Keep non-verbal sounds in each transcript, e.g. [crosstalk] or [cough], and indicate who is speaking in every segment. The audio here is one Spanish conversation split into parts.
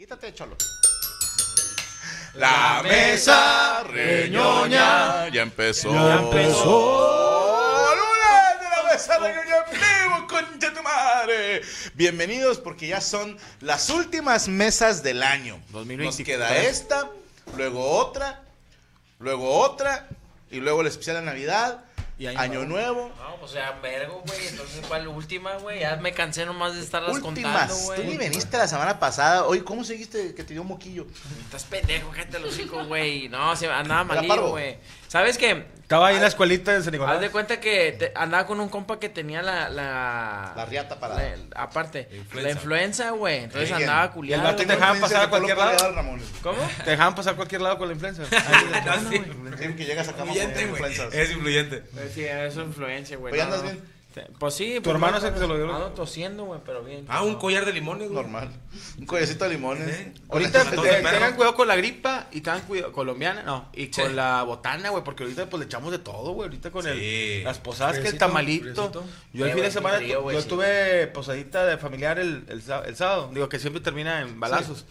Speaker 1: Quítate, cholo.
Speaker 2: La mesa reñoña ya empezó.
Speaker 1: Ya empezó.
Speaker 2: Lunes de la mesa reñoña en vivo, concha tu madre. Bienvenidos porque ya son las últimas mesas del año.
Speaker 1: 2023.
Speaker 2: Nos queda esta, luego otra, luego otra y luego el especial de Navidad.
Speaker 1: Y
Speaker 2: año,
Speaker 1: Año
Speaker 2: nuevo.
Speaker 3: No, pues, o sea, vergo, güey. Entonces, ¿cuál última, güey? Ya me cansé nomás de estarlas contando,
Speaker 2: Últimas. Tú
Speaker 3: güey.
Speaker 2: ni viniste la semana pasada. Oye, ¿cómo seguiste que te dio moquillo?
Speaker 3: Estás pendejo, gente, los hijos, güey. No, se, andaba
Speaker 2: la parvo.
Speaker 3: malillo, güey. ¿Sabes qué?
Speaker 1: Estaba ahí en la escuelita de San
Speaker 3: Haz de
Speaker 1: Nicolás.
Speaker 3: cuenta que te- andaba con un compa que tenía la. La,
Speaker 2: La riata para-
Speaker 3: la- aparte,
Speaker 1: influenza.
Speaker 3: la influenza, güey. Entonces
Speaker 2: Bien.
Speaker 3: andaba
Speaker 1: Y el
Speaker 3: culiado.
Speaker 1: vato te
Speaker 2: Tengo
Speaker 1: dejaban
Speaker 2: influencia
Speaker 1: pasar a
Speaker 2: que Polo
Speaker 1: cualquier
Speaker 2: puede
Speaker 1: lado.
Speaker 2: dar, Ramón.
Speaker 3: ¿Cómo?
Speaker 1: Te dejaban pasar a cualquier lado con
Speaker 3: [laughs]
Speaker 1: la influenza.
Speaker 3: No, Ah, sí.
Speaker 2: Sí, que llegas acá
Speaker 3: Influyente,
Speaker 2: mamón,
Speaker 3: güey.
Speaker 2: influencias.
Speaker 1: Es influyente.
Speaker 3: Pues Sí, eso es influencia, güey.
Speaker 2: Oye,
Speaker 3: no,
Speaker 2: ¿andas
Speaker 3: no.
Speaker 2: bien?
Speaker 3: Te- Pues sí.
Speaker 1: Tu hermano es el que se lo dio.
Speaker 3: Ando tosiendo, güey, pero bien.
Speaker 4: Ah, un collar de limones, güey.
Speaker 2: Normal. Un collecito de limones.
Speaker 4: ¿Eh?
Speaker 2: Con
Speaker 1: Ahorita
Speaker 2: este
Speaker 1: te-
Speaker 4: matón de perro.
Speaker 1: tengan cuidado con la gripa y tengan cuidado colombiana, no, y
Speaker 4: Sí.
Speaker 1: con la botana, güey, porque ahorita pues le echamos de todo, güey, ahorita con
Speaker 4: Sí.
Speaker 1: el las posadas, que el
Speaker 4: Friecito,
Speaker 1: tamalito.
Speaker 4: friecito.
Speaker 1: Yo el
Speaker 3: Eh,
Speaker 1: fin de
Speaker 3: güey,
Speaker 1: semana
Speaker 3: frío,
Speaker 1: tu-
Speaker 3: güey,
Speaker 1: yo
Speaker 3: sí.
Speaker 1: tuve posadita de familiar el, el, sá- el sábado, digo que siempre termina en balazos.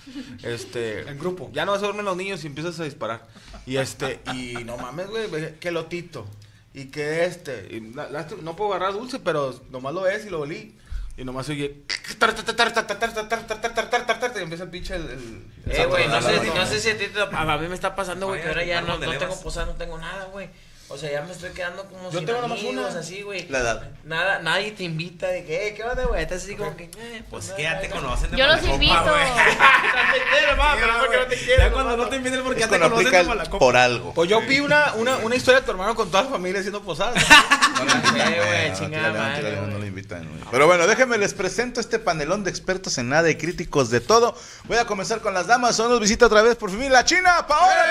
Speaker 1: Este, [laughs] en grupo. Ya no se duermen los niños y empiezas a disparar. Y este y no mames, güey, ve que lotito. Y que este, y la- la- no puedo agarrar dulce, pero nomás lo ves y lo olí. Y nomás oye. tar, tar, tar, tar, tar, tar, tar, tar, tar, tar, tar, tar, tar, Y empieza el pinche. el- el- el
Speaker 3: Eh,
Speaker 1: santo
Speaker 3: güey, no
Speaker 1: Claus,
Speaker 3: sé, no sé si a ti te, a mí me está pasando, güey, que ahora ya no,
Speaker 4: ¿dónde
Speaker 3: no
Speaker 4: le
Speaker 3: tengo
Speaker 4: vas?
Speaker 3: posada, no tengo nada, güey. O sea, ya me estoy quedando como
Speaker 1: Yo
Speaker 3: sin
Speaker 1: tengo nomás
Speaker 3: amigos,
Speaker 1: una.
Speaker 3: así, güey.
Speaker 2: La edad.
Speaker 3: Nada, nadie te invita de que, eh, ¿qué onda, güey? Estás así como que, eh,
Speaker 4: Pues
Speaker 3: nada,
Speaker 4: que
Speaker 3: [laughs]
Speaker 4: ya te
Speaker 3: nada.
Speaker 4: conocen de
Speaker 5: Yo los
Speaker 4: Malacopa,
Speaker 5: invito. [laughs]
Speaker 4: güey. [laughs]
Speaker 3: Ya te quiero, mamá, pero no porque no te quiero.
Speaker 4: Ya cuando no te inviten porque
Speaker 2: Es
Speaker 4: ya te
Speaker 2: cuando
Speaker 4: conocen de
Speaker 2: aplica el
Speaker 4: Malacopa.
Speaker 2: por algo.
Speaker 1: Pues yo vi una, una, una historia de tu hermano con toda la familia haciendo [laughs] posadas.
Speaker 2: No le invitan,
Speaker 3: Sí, güey,
Speaker 2: no, tírale,
Speaker 3: chingada
Speaker 2: no, tírale,
Speaker 3: madre,
Speaker 2: no le invitan, güey. Pero bueno, déjenme les presento este panelón de expertos en nada y críticos de todo. Voy a comenzar con las damas. Son nos visita otra vez por fin la China, Paola.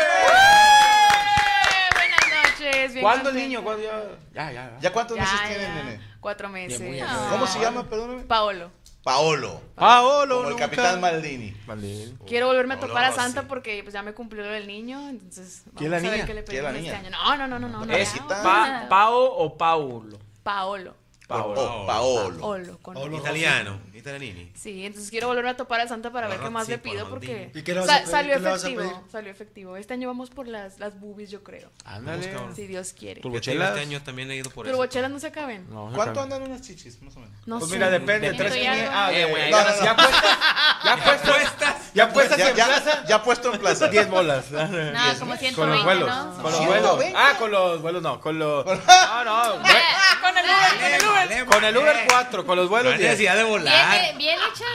Speaker 5: Eh, Buenas noches. bien
Speaker 1: ¿Cuándo el
Speaker 5: contenta.
Speaker 1: niño? ¿Cuándo ya? Ya, ya. ya.
Speaker 2: ¿Ya cuántos
Speaker 5: Ya,
Speaker 2: meses
Speaker 5: ya.
Speaker 2: tienen, nene?
Speaker 5: Cuatro meses.
Speaker 3: Bien, muy bien.
Speaker 5: Ah.
Speaker 2: ¿Cómo se llama, perdóname?
Speaker 5: Paolo.
Speaker 2: Paolo.
Speaker 1: Paolo,
Speaker 2: Como el
Speaker 1: Ah, oh, nunca-
Speaker 2: capitán Maldini.
Speaker 1: Maldito.
Speaker 5: Quiero volverme a
Speaker 4: Paolo
Speaker 5: topar a
Speaker 4: Rossi.
Speaker 5: Santa porque pues, ya me cumplió lo del niño. Entonces, vamos
Speaker 1: ¿Quién es la
Speaker 5: a ver
Speaker 1: niña?
Speaker 5: qué le
Speaker 2: ¿Quién es la
Speaker 5: pedimos este
Speaker 2: niña?
Speaker 5: año. No, no, no, no. no, no
Speaker 2: Es
Speaker 5: ya.
Speaker 2: pa-
Speaker 3: Pa- ¿Pao o Paulo?
Speaker 5: Paolo.
Speaker 3: Paolo.
Speaker 2: Oh, Paolo.
Speaker 5: Olo. Con
Speaker 4: Italiano, italianini.
Speaker 5: Sí, entonces quiero volver a topar a Santa para ver qué
Speaker 4: Rossi,
Speaker 5: más le
Speaker 4: por
Speaker 5: pido
Speaker 4: Ronaldinho.
Speaker 5: porque
Speaker 6: ¿Y qué le vas
Speaker 5: sa-
Speaker 6: a pedir?
Speaker 5: salió
Speaker 6: ¿Qué le vas a
Speaker 5: efectivo.
Speaker 6: pedir?
Speaker 5: Salió efectivo. Este año vamos por las, las boobies, yo creo.
Speaker 1: Ándale.
Speaker 4: Busca uno.
Speaker 5: Si Dios quiere.
Speaker 1: Turbo-
Speaker 4: Yo te digo, Este año también he ido por eso.
Speaker 5: Turbochelas no se acaben.
Speaker 1: No,
Speaker 2: ¿Cuánto andan unas chichis, más o menos?
Speaker 5: No
Speaker 1: Pues
Speaker 5: sé.
Speaker 1: mira, depende.
Speaker 5: Ciento
Speaker 1: Tres
Speaker 5: y
Speaker 1: quinientos-
Speaker 5: algo.
Speaker 1: ah,
Speaker 3: Eh, güey,
Speaker 1: de-
Speaker 3: ahí
Speaker 1: no,
Speaker 3: van
Speaker 1: no,
Speaker 3: las-
Speaker 1: no. Ya puestas. Ya puestas. Ya puestas
Speaker 2: Ya,
Speaker 1: Pues, en
Speaker 2: ya,
Speaker 1: plaza.
Speaker 2: ya puesto en plaza.
Speaker 1: 10 bolas.
Speaker 5: No, como 120,
Speaker 1: Con los vuelos.
Speaker 5: ¿no?
Speaker 1: Con los
Speaker 2: 120.
Speaker 1: vuelos. Ah, con los vuelos no. Con los. No, no. güey.
Speaker 5: [laughs] Con el Uber.
Speaker 1: Con el Uber 4. Con los
Speaker 4: No
Speaker 1: vuelos
Speaker 4: hay
Speaker 1: 10.
Speaker 4: necesidad de volar.
Speaker 5: Bien, bien hechas.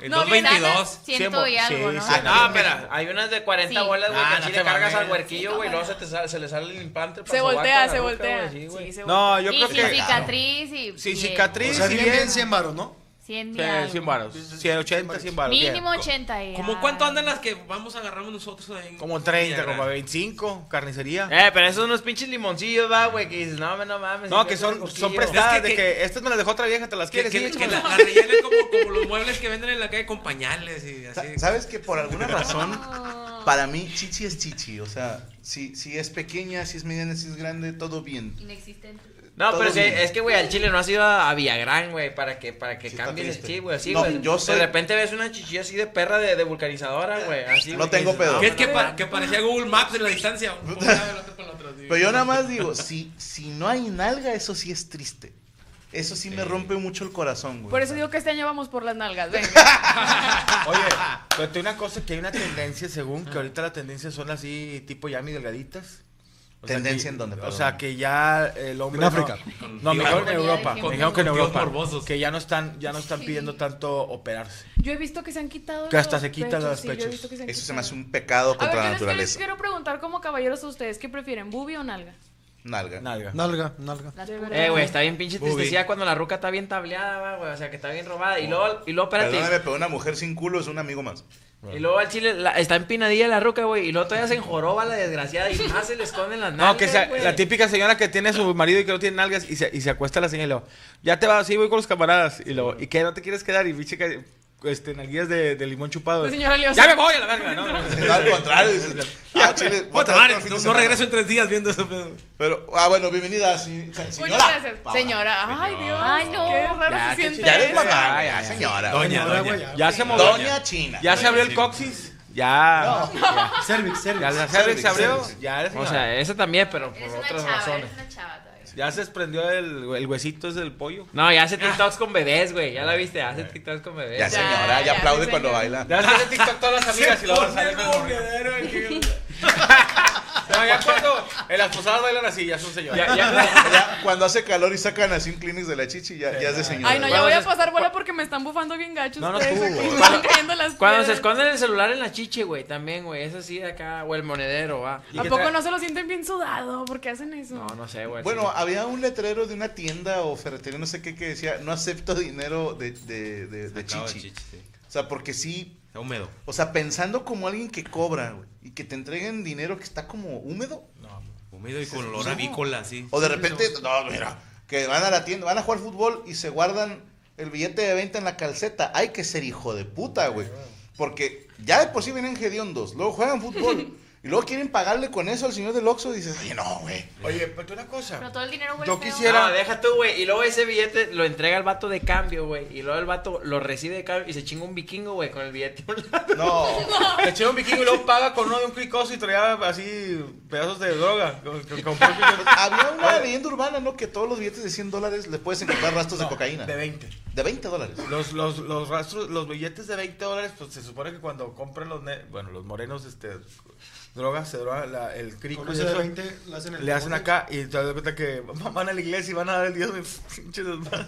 Speaker 4: El
Speaker 5: No, bien
Speaker 4: 222.
Speaker 5: hechas, Ciento y
Speaker 1: Sí,
Speaker 5: algo, ¿no?
Speaker 1: sí,
Speaker 3: No, espera, hay unas de 40
Speaker 5: Sí.
Speaker 3: bolas, güey,
Speaker 4: Ah,
Speaker 3: que
Speaker 4: no
Speaker 3: así
Speaker 4: te
Speaker 3: le cargas
Speaker 4: mames.
Speaker 3: al huerquillo, güey, y luego se, te sale- se le sale el implante. para
Speaker 5: Se
Speaker 3: sobar
Speaker 5: voltea,
Speaker 3: con la
Speaker 5: se
Speaker 3: nuca, güey,
Speaker 5: voltea.
Speaker 3: sí, güey.
Speaker 5: Sí, se
Speaker 1: No,
Speaker 5: voltea.
Speaker 1: yo
Speaker 5: y
Speaker 1: creo
Speaker 5: sin
Speaker 1: que-
Speaker 5: cicatriz y.
Speaker 1: Sin
Speaker 5: bien.
Speaker 6: O
Speaker 1: cicatriz.
Speaker 6: sea,
Speaker 1: sí,
Speaker 6: bien, bien, 100 varos, ¿no?
Speaker 5: 100
Speaker 1: Sí, 100 baros. 180, 100 baros.
Speaker 5: Mínimo
Speaker 1: bien.
Speaker 5: 80. y
Speaker 4: ¿Cómo
Speaker 5: ya.
Speaker 4: cuánto andan las que vamos a agarrarnos nosotros? ahí?
Speaker 1: Como 30,
Speaker 4: Ya,
Speaker 1: como
Speaker 4: ¿verdad?
Speaker 1: 25, carnicería.
Speaker 3: Eh, pero esos son unos pinches limoncillos, va, güey, que dices, no, no mames.
Speaker 1: No, que son, son prestadas de que estas me las dejó otra vieja, te las
Speaker 4: Que,
Speaker 1: quieres.
Speaker 4: que,
Speaker 1: sí,
Speaker 4: que la,
Speaker 1: chingada.
Speaker 4: la rellenan como, como los muebles que venden en la calle con pañales y así.
Speaker 2: Sa- ¿Sabes que por alguna razón, para mí, chichi es chichi? O sea, si, si es pequeña, si es mediana, si es grande, todo bien.
Speaker 5: Inexistente.
Speaker 3: No,
Speaker 2: Todo
Speaker 3: pero es
Speaker 2: bien.
Speaker 3: que, es que, güey, al chile no has ido a, a Villagrán, güey, para que, para que
Speaker 2: Sí, está
Speaker 3: cambies el
Speaker 2: triste.
Speaker 3: chip, güey, así,
Speaker 2: No,
Speaker 3: güey.
Speaker 2: yo soy-
Speaker 3: De repente ves una chichilla así de perra de, de vulcanizadora, güey, así.
Speaker 2: No
Speaker 3: güey, que
Speaker 2: tengo
Speaker 3: dices,
Speaker 2: pedo.
Speaker 4: Que es que,
Speaker 3: no,
Speaker 4: pa-
Speaker 3: no,
Speaker 4: que parecía Google Maps en la
Speaker 2: [laughs]
Speaker 4: distancia. Un lado, el otro para el otro, así.
Speaker 2: Pero yo nada más digo, si, si no hay nalga, eso sí es triste. Eso sí me rompe mucho el corazón, güey.
Speaker 6: Por eso digo que este año vamos por las nalgas, venga.
Speaker 1: [laughs] Oye, pero te digo una cosa que hay una tendencia, según que ahorita la tendencia son así, tipo Yami delgaditas.
Speaker 2: ¿Tendencia
Speaker 1: que-
Speaker 2: en dónde,
Speaker 1: O
Speaker 2: perdón?
Speaker 1: sea, que ya el hombre.
Speaker 7: En
Speaker 1: no-
Speaker 7: África.
Speaker 1: No, me dijeron en Europa.
Speaker 5: Con
Speaker 1: Me dijeron que en
Speaker 4: tíos
Speaker 1: Europa.
Speaker 4: morbosos.
Speaker 1: Que ya no están, ya no están pidiendo tanto operarse.
Speaker 6: Yo he visto que se han quitado.
Speaker 1: Que hasta
Speaker 6: los
Speaker 1: se quitan
Speaker 6: pechos,
Speaker 1: los
Speaker 6: sí, yo he
Speaker 1: pechos.
Speaker 6: visto que han
Speaker 2: Eso se
Speaker 6: quitado.
Speaker 2: me hace un pecado
Speaker 6: A ver,
Speaker 2: contra
Speaker 6: yo
Speaker 2: la
Speaker 6: les- yo les
Speaker 2: naturaleza.
Speaker 6: quiero preguntar como caballeros a ustedes, ¿qué prefieren, bubi o nalga?
Speaker 2: Nalga.
Speaker 1: Nalga.
Speaker 7: Nalga, nalga.
Speaker 6: De
Speaker 3: Eh,
Speaker 6: verdad.
Speaker 3: güey, está bien pinche
Speaker 1: Booby.
Speaker 3: tristecilla cuando la ruca está bien tableada, va, güey, o sea, que está bien robada. Y luego, y luego,
Speaker 2: Perdóname,
Speaker 3: espérate,
Speaker 2: pero una mujer sin culo es un amigo más.
Speaker 3: y luego al chile la- está empinadilla la ruca, güey, y luego todavía se enjoroba la desgraciada y más se le esconden las nalgas,
Speaker 1: No, que sea,
Speaker 3: güey.
Speaker 1: la típica señora que tiene a su marido y que no tiene nalgas y se, y se acuesta a la señora y luego, ya te vas, sí, voy con los camaradas. Y luego, ¿y qué? ¿No te quieres quedar? Y pinche que, este, nalguillas de, de limón chupado.
Speaker 6: La
Speaker 5: Pues
Speaker 6: señora Leosa.
Speaker 1: ya me voy a la verga, ¿no?
Speaker 3: [laughs]
Speaker 2: No, [laughs] al contrario. dices, Ah, chile, voy a
Speaker 4: Puta
Speaker 2: trabajar
Speaker 4: madre,
Speaker 2: todo el fin
Speaker 4: no,
Speaker 2: de
Speaker 4: no
Speaker 2: semana.
Speaker 4: regreso en tres días viendo eso, pedo.
Speaker 2: Pero, ah, bueno, bienvenida, si- señora.
Speaker 6: Muchas gracias.
Speaker 2: Pa-
Speaker 6: Señora, ay Dios.
Speaker 5: Ay, no.
Speaker 6: Qué raro se siente.
Speaker 2: Ya eres
Speaker 6: eso.
Speaker 2: mamá, ya, señora.
Speaker 4: Doña,
Speaker 7: Ahora,
Speaker 4: doña.
Speaker 7: güey, ya.
Speaker 1: Ya se movió.
Speaker 2: Doña China.
Speaker 1: Ya se abrió el coxis. Ya.
Speaker 7: Cervix, cervix.
Speaker 1: Ya la cervix se abrió.
Speaker 2: cervix.
Speaker 1: Ya, la
Speaker 3: O
Speaker 1: señora.
Speaker 3: sea, esa también, pero por
Speaker 5: Eres una
Speaker 3: otras
Speaker 5: chava,
Speaker 3: razones.
Speaker 5: eres una chava todavía.
Speaker 1: ya se desprendió el, el huesito ese del pollo.
Speaker 3: No, ya
Speaker 5: Ah.
Speaker 3: hace TikToks con bebés, güey. Ya la viste, hace TikToks con bebés.
Speaker 2: Ya, señora, ya,
Speaker 6: ya,
Speaker 2: aplaude
Speaker 6: sí,
Speaker 2: cuando
Speaker 6: señora.
Speaker 2: baila.
Speaker 1: Ya se hace TikTok todas las amigas y lo vas a salir con el- No, ya cuando en las posadas bailan así, ya son señoras.
Speaker 3: Ya- ya-
Speaker 5: [laughs]
Speaker 2: Ya, cuando hace calor y sacan así un Kleenex de la chichi, ya, ya es de señora.
Speaker 6: Ay, no, ya voy a pasar bola porque me están bufando bien gachos.
Speaker 1: No, no,
Speaker 6: ustedes
Speaker 1: tú,
Speaker 6: aquí,
Speaker 1: güey.
Speaker 6: me están cayendo las
Speaker 3: Cuando
Speaker 6: piedras.
Speaker 3: se esconden el celular en la chiche, güey, también, güey. Eso sí de acá, o el monedero, va.
Speaker 1: ¿Y
Speaker 6: ¿A
Speaker 1: qué
Speaker 6: poco
Speaker 1: trae?
Speaker 6: no se lo sienten bien sudado? ¿Por qué hacen eso?
Speaker 3: No, no sé, güey.
Speaker 2: Bueno,
Speaker 3: sí.
Speaker 2: había un letrero de una tienda o ferretería, no sé qué, que decía, no acepto dinero de, de, de- de
Speaker 4: Acabo de
Speaker 2: chichi.
Speaker 4: chichi, sí.
Speaker 2: O sea, porque sí,
Speaker 4: Está húmedo.
Speaker 2: o sea, pensando como alguien que cobra, güey, y que te entreguen dinero que está como húmedo,
Speaker 4: Húmedo y con olor a avícola, sí.
Speaker 2: o de repente, no, mira, que van a la tienda, van a jugar fútbol y se guardan el billete de 20 en la calceta. Hay que ser hijo de puta, güey. Porque ya de por sí vienen hediondos, luego juegan fútbol. Y luego quieren pagarle con eso al señor del Oxxo y dices, oye, no, güey.
Speaker 1: Oye, pero una
Speaker 5: Pero
Speaker 1: cosa.
Speaker 5: todo el dinero huele
Speaker 1: Yo
Speaker 5: feo.
Speaker 1: quisiera-
Speaker 3: No, deja tú, güey. Y luego ese billete lo entrega el vato de cambio, güey. Y luego el vato lo recibe de cambio y se chinga un vikingo, güey, con el billete. a un lado.
Speaker 2: No.
Speaker 3: [laughs]
Speaker 1: Le eché un vikingo y luego paga con uno de un cricoso y traía así pedazos de droga. Con, con- con puro cricoso.
Speaker 2: Había una leyenda urbana, ¿no? Que todos los billetes de 100 dólares le puedes
Speaker 4: [laughs]
Speaker 2: encontrar rastros de cocaína.
Speaker 1: De 20.
Speaker 2: De 20 dólares.
Speaker 1: Los, los, los rastros, los billetes de 20 dólares, pues se supone que cuando compran los, ne- bueno, los morenos, este, drogas, se droga la- el crico.
Speaker 7: Con
Speaker 1: y
Speaker 7: ese de
Speaker 1: eso.
Speaker 7: 20 le hacen el
Speaker 1: Le hacen
Speaker 7: bote.
Speaker 1: acá y te das cuenta que [laughs] van a la iglesia y [laughs] van a dar el dios de pinche desmadre.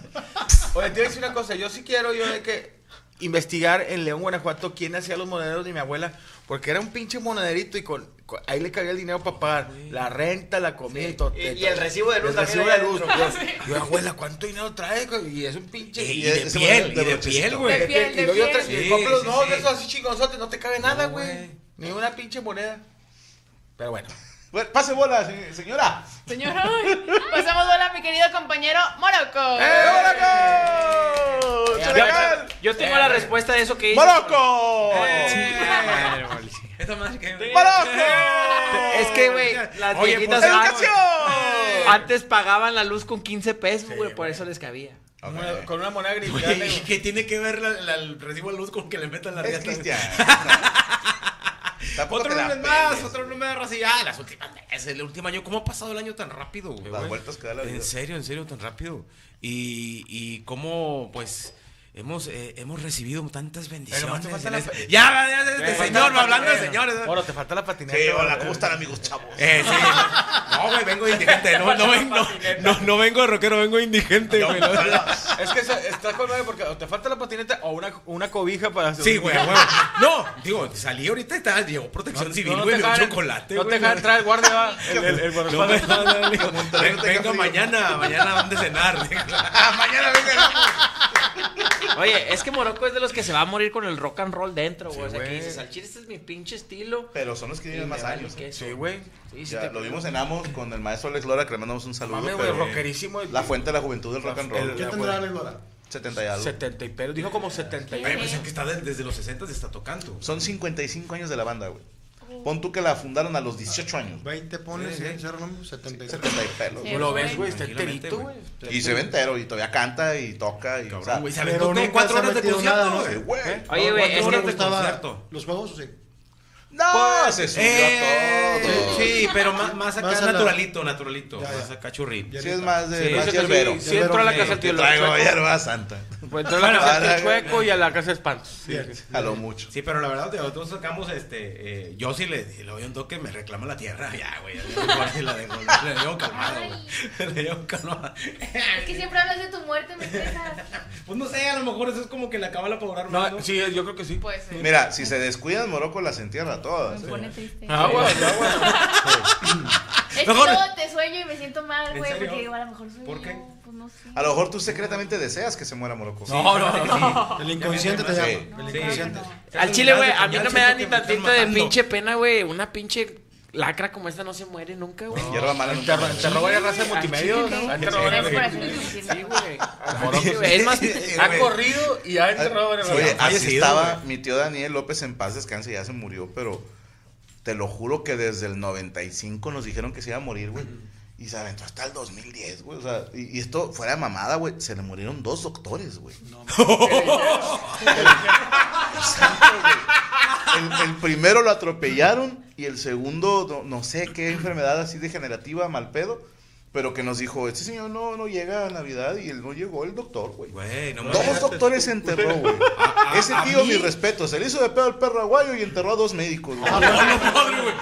Speaker 1: Oye, te voy a decir una cosa, yo sí quiero, yo hay que investigar en León, Guanajuato, quién hacía los monederos de mi abuela, porque era un pinche monederito y con, con- ahí le cabía el dinero para pagar la renta, la comida y todo.
Speaker 3: Y- y el recibo de luz
Speaker 1: El
Speaker 3: también
Speaker 1: recibo
Speaker 3: ahí
Speaker 1: de luz.
Speaker 3: adentro.
Speaker 1: Yo, yo, abuela, ¿cuánto dinero trae? Y es un pinche...
Speaker 4: Y
Speaker 2: de
Speaker 4: de
Speaker 2: ese
Speaker 4: piel,
Speaker 2: modelo
Speaker 4: y
Speaker 2: de
Speaker 4: de
Speaker 2: brochecito.
Speaker 4: piel, güey.
Speaker 6: De piel,
Speaker 1: Y luego yo tra-
Speaker 4: piel.
Speaker 1: y compro los
Speaker 4: Sí,
Speaker 1: nuevos
Speaker 4: sí,
Speaker 1: de
Speaker 4: sí.
Speaker 1: esos así chingonzotes, no te cabe nada, güey.
Speaker 4: güey.
Speaker 1: Ni una pinche moneda. Pero bueno.
Speaker 2: Bueno, pase bola, se- señora.
Speaker 6: Señora, ay. pasamos bola a mi querido compañero Morocco.
Speaker 4: ¡Eh,
Speaker 2: ¡Eh, Mónaco! ¡Senegal!
Speaker 3: Yo, yo tengo la respuesta de eso que hice.
Speaker 2: ¡Mónaco!
Speaker 4: Eh, Esta Oh. madre que.
Speaker 2: ¡Mónaco!
Speaker 3: Es que, güey, las
Speaker 4: Oye,
Speaker 3: viejitas
Speaker 4: pues,
Speaker 3: antes-
Speaker 2: ¡Educación!
Speaker 3: antes pagaban la luz con 15 pesos, güey, por eso les cabía.
Speaker 2: Ok.
Speaker 1: Una- con una moneda gritando.
Speaker 4: Güey, ¿y ¿Qué tiene que ver la- la- el recibo de luz con que le metan la
Speaker 2: Es
Speaker 4: riata? [laughs]
Speaker 2: Cristian. Tampoco
Speaker 4: Otro
Speaker 2: te la
Speaker 4: número más,
Speaker 2: peles.
Speaker 4: otro número así. Ah, las últimas veces, el último año. ¿Cómo ha pasado el año tan rápido, güey?
Speaker 2: Las vueltas que da la vida.
Speaker 4: En serio, en serio, tan rápido. Y, y cómo, pues, hemos, eh, hemos recibido tantas bendiciones.
Speaker 1: te falta
Speaker 4: en
Speaker 1: la-
Speaker 4: ese- Ya, ya, ya, de- de señor, va hablando de señores. ¿no?
Speaker 1: Ahora te falta la patineta.
Speaker 2: Sí, hola, ¿cómo están, amigos chavos?
Speaker 4: Eh, sí. No, güey,
Speaker 1: [laughs]
Speaker 4: vengo indigente. No, no, vengo- no, no, no vengo de rockero, vengo indigente, güey. No,
Speaker 1: Es que se- estás con nueve porque o te falta la patineta o una, una cobija para.
Speaker 4: Sí, güey, güey. No, digo, salí ahorita y estaba, llegó protección civil, güey,
Speaker 1: te
Speaker 4: me dio
Speaker 1: dejan-
Speaker 4: chocolate,
Speaker 1: No
Speaker 4: güey.
Speaker 1: te dejan entrar el guardia, va. El, el, el
Speaker 4: No me-
Speaker 2: Monterrey no
Speaker 1: guardaespaldas.
Speaker 4: Ven-
Speaker 2: tenga
Speaker 4: Venga
Speaker 2: frío.
Speaker 4: mañana, mañana van de cenar.
Speaker 2: Ah, mañana venga.
Speaker 3: Oye, es que Morocco es de los que se va a morir con el rock and roll dentro, güey. o sea, que
Speaker 1: güey.
Speaker 3: dices, al chile este es mi pinche estilo.
Speaker 2: Pero son los que tienen
Speaker 3: Y me
Speaker 2: más
Speaker 3: vale
Speaker 2: años. ¿eh?
Speaker 3: queso.
Speaker 1: Sí, güey.
Speaker 3: Sí, sí
Speaker 2: Ya,
Speaker 3: te-
Speaker 2: lo vimos en Amos con el maestro Alex Lora, que le mandamos un saludo.
Speaker 1: Mames, güey,
Speaker 2: pero eh,
Speaker 1: rockerísimo.
Speaker 2: La fuente de la juventud del rock and roll.
Speaker 1: El-
Speaker 7: ¿Qué tendrá Alex Lora?
Speaker 2: 70 y algo.
Speaker 1: 70 y pero. Dijo como 70 y
Speaker 4: Güey, pues es que está de- desde los 60 está tocando.
Speaker 2: Son 55 años de la banda, güey. Pon tú que la fundaron a los 18 años. güey.
Speaker 7: 20 pones, ¿eh? Cerro nombre, 73.
Speaker 2: 70 y pelos.
Speaker 6: Sí.
Speaker 2: güey.
Speaker 1: Lo ves, güey, está
Speaker 4: Tranquilamente,
Speaker 1: enterito, güey.
Speaker 2: Y se ve entero y todavía canta y toca. Y, o sea,
Speaker 4: Cabrón, güey. Se
Speaker 7: Pero
Speaker 4: aventó como
Speaker 7: nunca
Speaker 4: cuatro
Speaker 7: se ha
Speaker 4: horas de
Speaker 7: metido nada,
Speaker 4: concierto,
Speaker 7: ¿no?
Speaker 4: güey.
Speaker 2: güey.
Speaker 3: Oye, güey, es
Speaker 7: ¿Cuánto
Speaker 3: que
Speaker 7: le
Speaker 4: concierto.
Speaker 7: gustaba los juegos o sí?
Speaker 2: No, pues, se subió
Speaker 4: Eh,
Speaker 2: todo. Sí,
Speaker 4: Sí, pero más, más acá
Speaker 7: Más a la-
Speaker 4: naturalito, naturalito.
Speaker 7: Ya, ya.
Speaker 4: Más acá churrito.
Speaker 2: es más de
Speaker 3: Sí,
Speaker 2: más
Speaker 3: sí,
Speaker 2: yerbero.
Speaker 3: sí, sí, entró a la casa del
Speaker 2: Te
Speaker 3: tío
Speaker 2: traigo
Speaker 3: Chueco.
Speaker 2: hierba santa. [laughs]
Speaker 3: Pues entró a la casa del
Speaker 2: Bueno,
Speaker 3: tío Chueco y a la casa de Espantos.
Speaker 2: A lo mucho.
Speaker 4: Sí, pero la verdad, tío, nosotros sacamos este. eh, yo sí le, le doy un toque, me reclama la tierra. Ya, güey. ya le digo, [laughs] ahora sí la dejo, Le llevo calmado, güey. [laughs] Le llevo calmado.
Speaker 5: Es que siempre hablas de tu muerte, me estresas.
Speaker 4: Pues no sé, a lo mejor eso es como que la cábala para orar
Speaker 1: No, sí, yo creo que sí.
Speaker 6: Puede ser.
Speaker 2: Mira, si se descuidan, Morocco las entierra todas.
Speaker 5: Me
Speaker 2: ¿eh?
Speaker 5: pone triste.
Speaker 1: Agua, agua.
Speaker 5: Es que
Speaker 4: Mejor-
Speaker 5: luego te sueño y me siento mal,
Speaker 4: ¿En
Speaker 5: güey,
Speaker 4: serio?
Speaker 5: porque digo, a lo mejor sueño.
Speaker 4: ¿Por qué?
Speaker 5: Pues no sé.
Speaker 2: A lo mejor tú secretamente deseas que se muera Morocco.
Speaker 4: No, no, no.
Speaker 7: El inconsciente te
Speaker 4: Sí.
Speaker 7: llama. El
Speaker 4: Sí.
Speaker 7: inconsciente.
Speaker 3: Al chile, güey, a mí
Speaker 4: Ya
Speaker 3: no me
Speaker 4: siento
Speaker 3: da
Speaker 4: que
Speaker 3: ni
Speaker 4: me están
Speaker 3: tantito de
Speaker 4: matando.
Speaker 3: pinche pena, güey. Una pinche lacra como esta no se muere nunca, güey.
Speaker 2: Hierba mala
Speaker 1: Te,
Speaker 2: nunca
Speaker 1: te roba la raza de multimedia. Te roba la
Speaker 6: Gracias por
Speaker 1: raza
Speaker 6: hacerme sentir mal.
Speaker 3: Sí, güey. Sí, güey. Es más,
Speaker 2: Sí,
Speaker 3: ha
Speaker 2: güey.
Speaker 3: corrido y ha
Speaker 2: Ay,
Speaker 3: enterrado varias
Speaker 2: Oye,
Speaker 3: veces.
Speaker 2: así
Speaker 4: fallecido,
Speaker 2: estaba mi tío Daniel López en paz descanse, ya se murió, pero te lo juro que desde el 95 nos dijeron que se iba a morir, güey. Y se aventó hasta el 2010, güey. O sea, y, y esto fuera de mamada, güey. Se le murieron dos doctores, güey. El, el primero lo atropellaron y el segundo, no, no sé qué enfermedad así degenerativa, mal pedo. Pero que nos dijo, este señor no, no llega a Navidad y él no llegó el doctor, güey.
Speaker 4: Güey, no [laughs]
Speaker 2: Dos doctores se enterró, güey. Ese
Speaker 4: a
Speaker 2: tío,
Speaker 4: mí-
Speaker 2: mis respetos. Se le hizo de pedo al perro aguayo y enterró a dos médicos, güey.
Speaker 4: Ah, Madre, güey.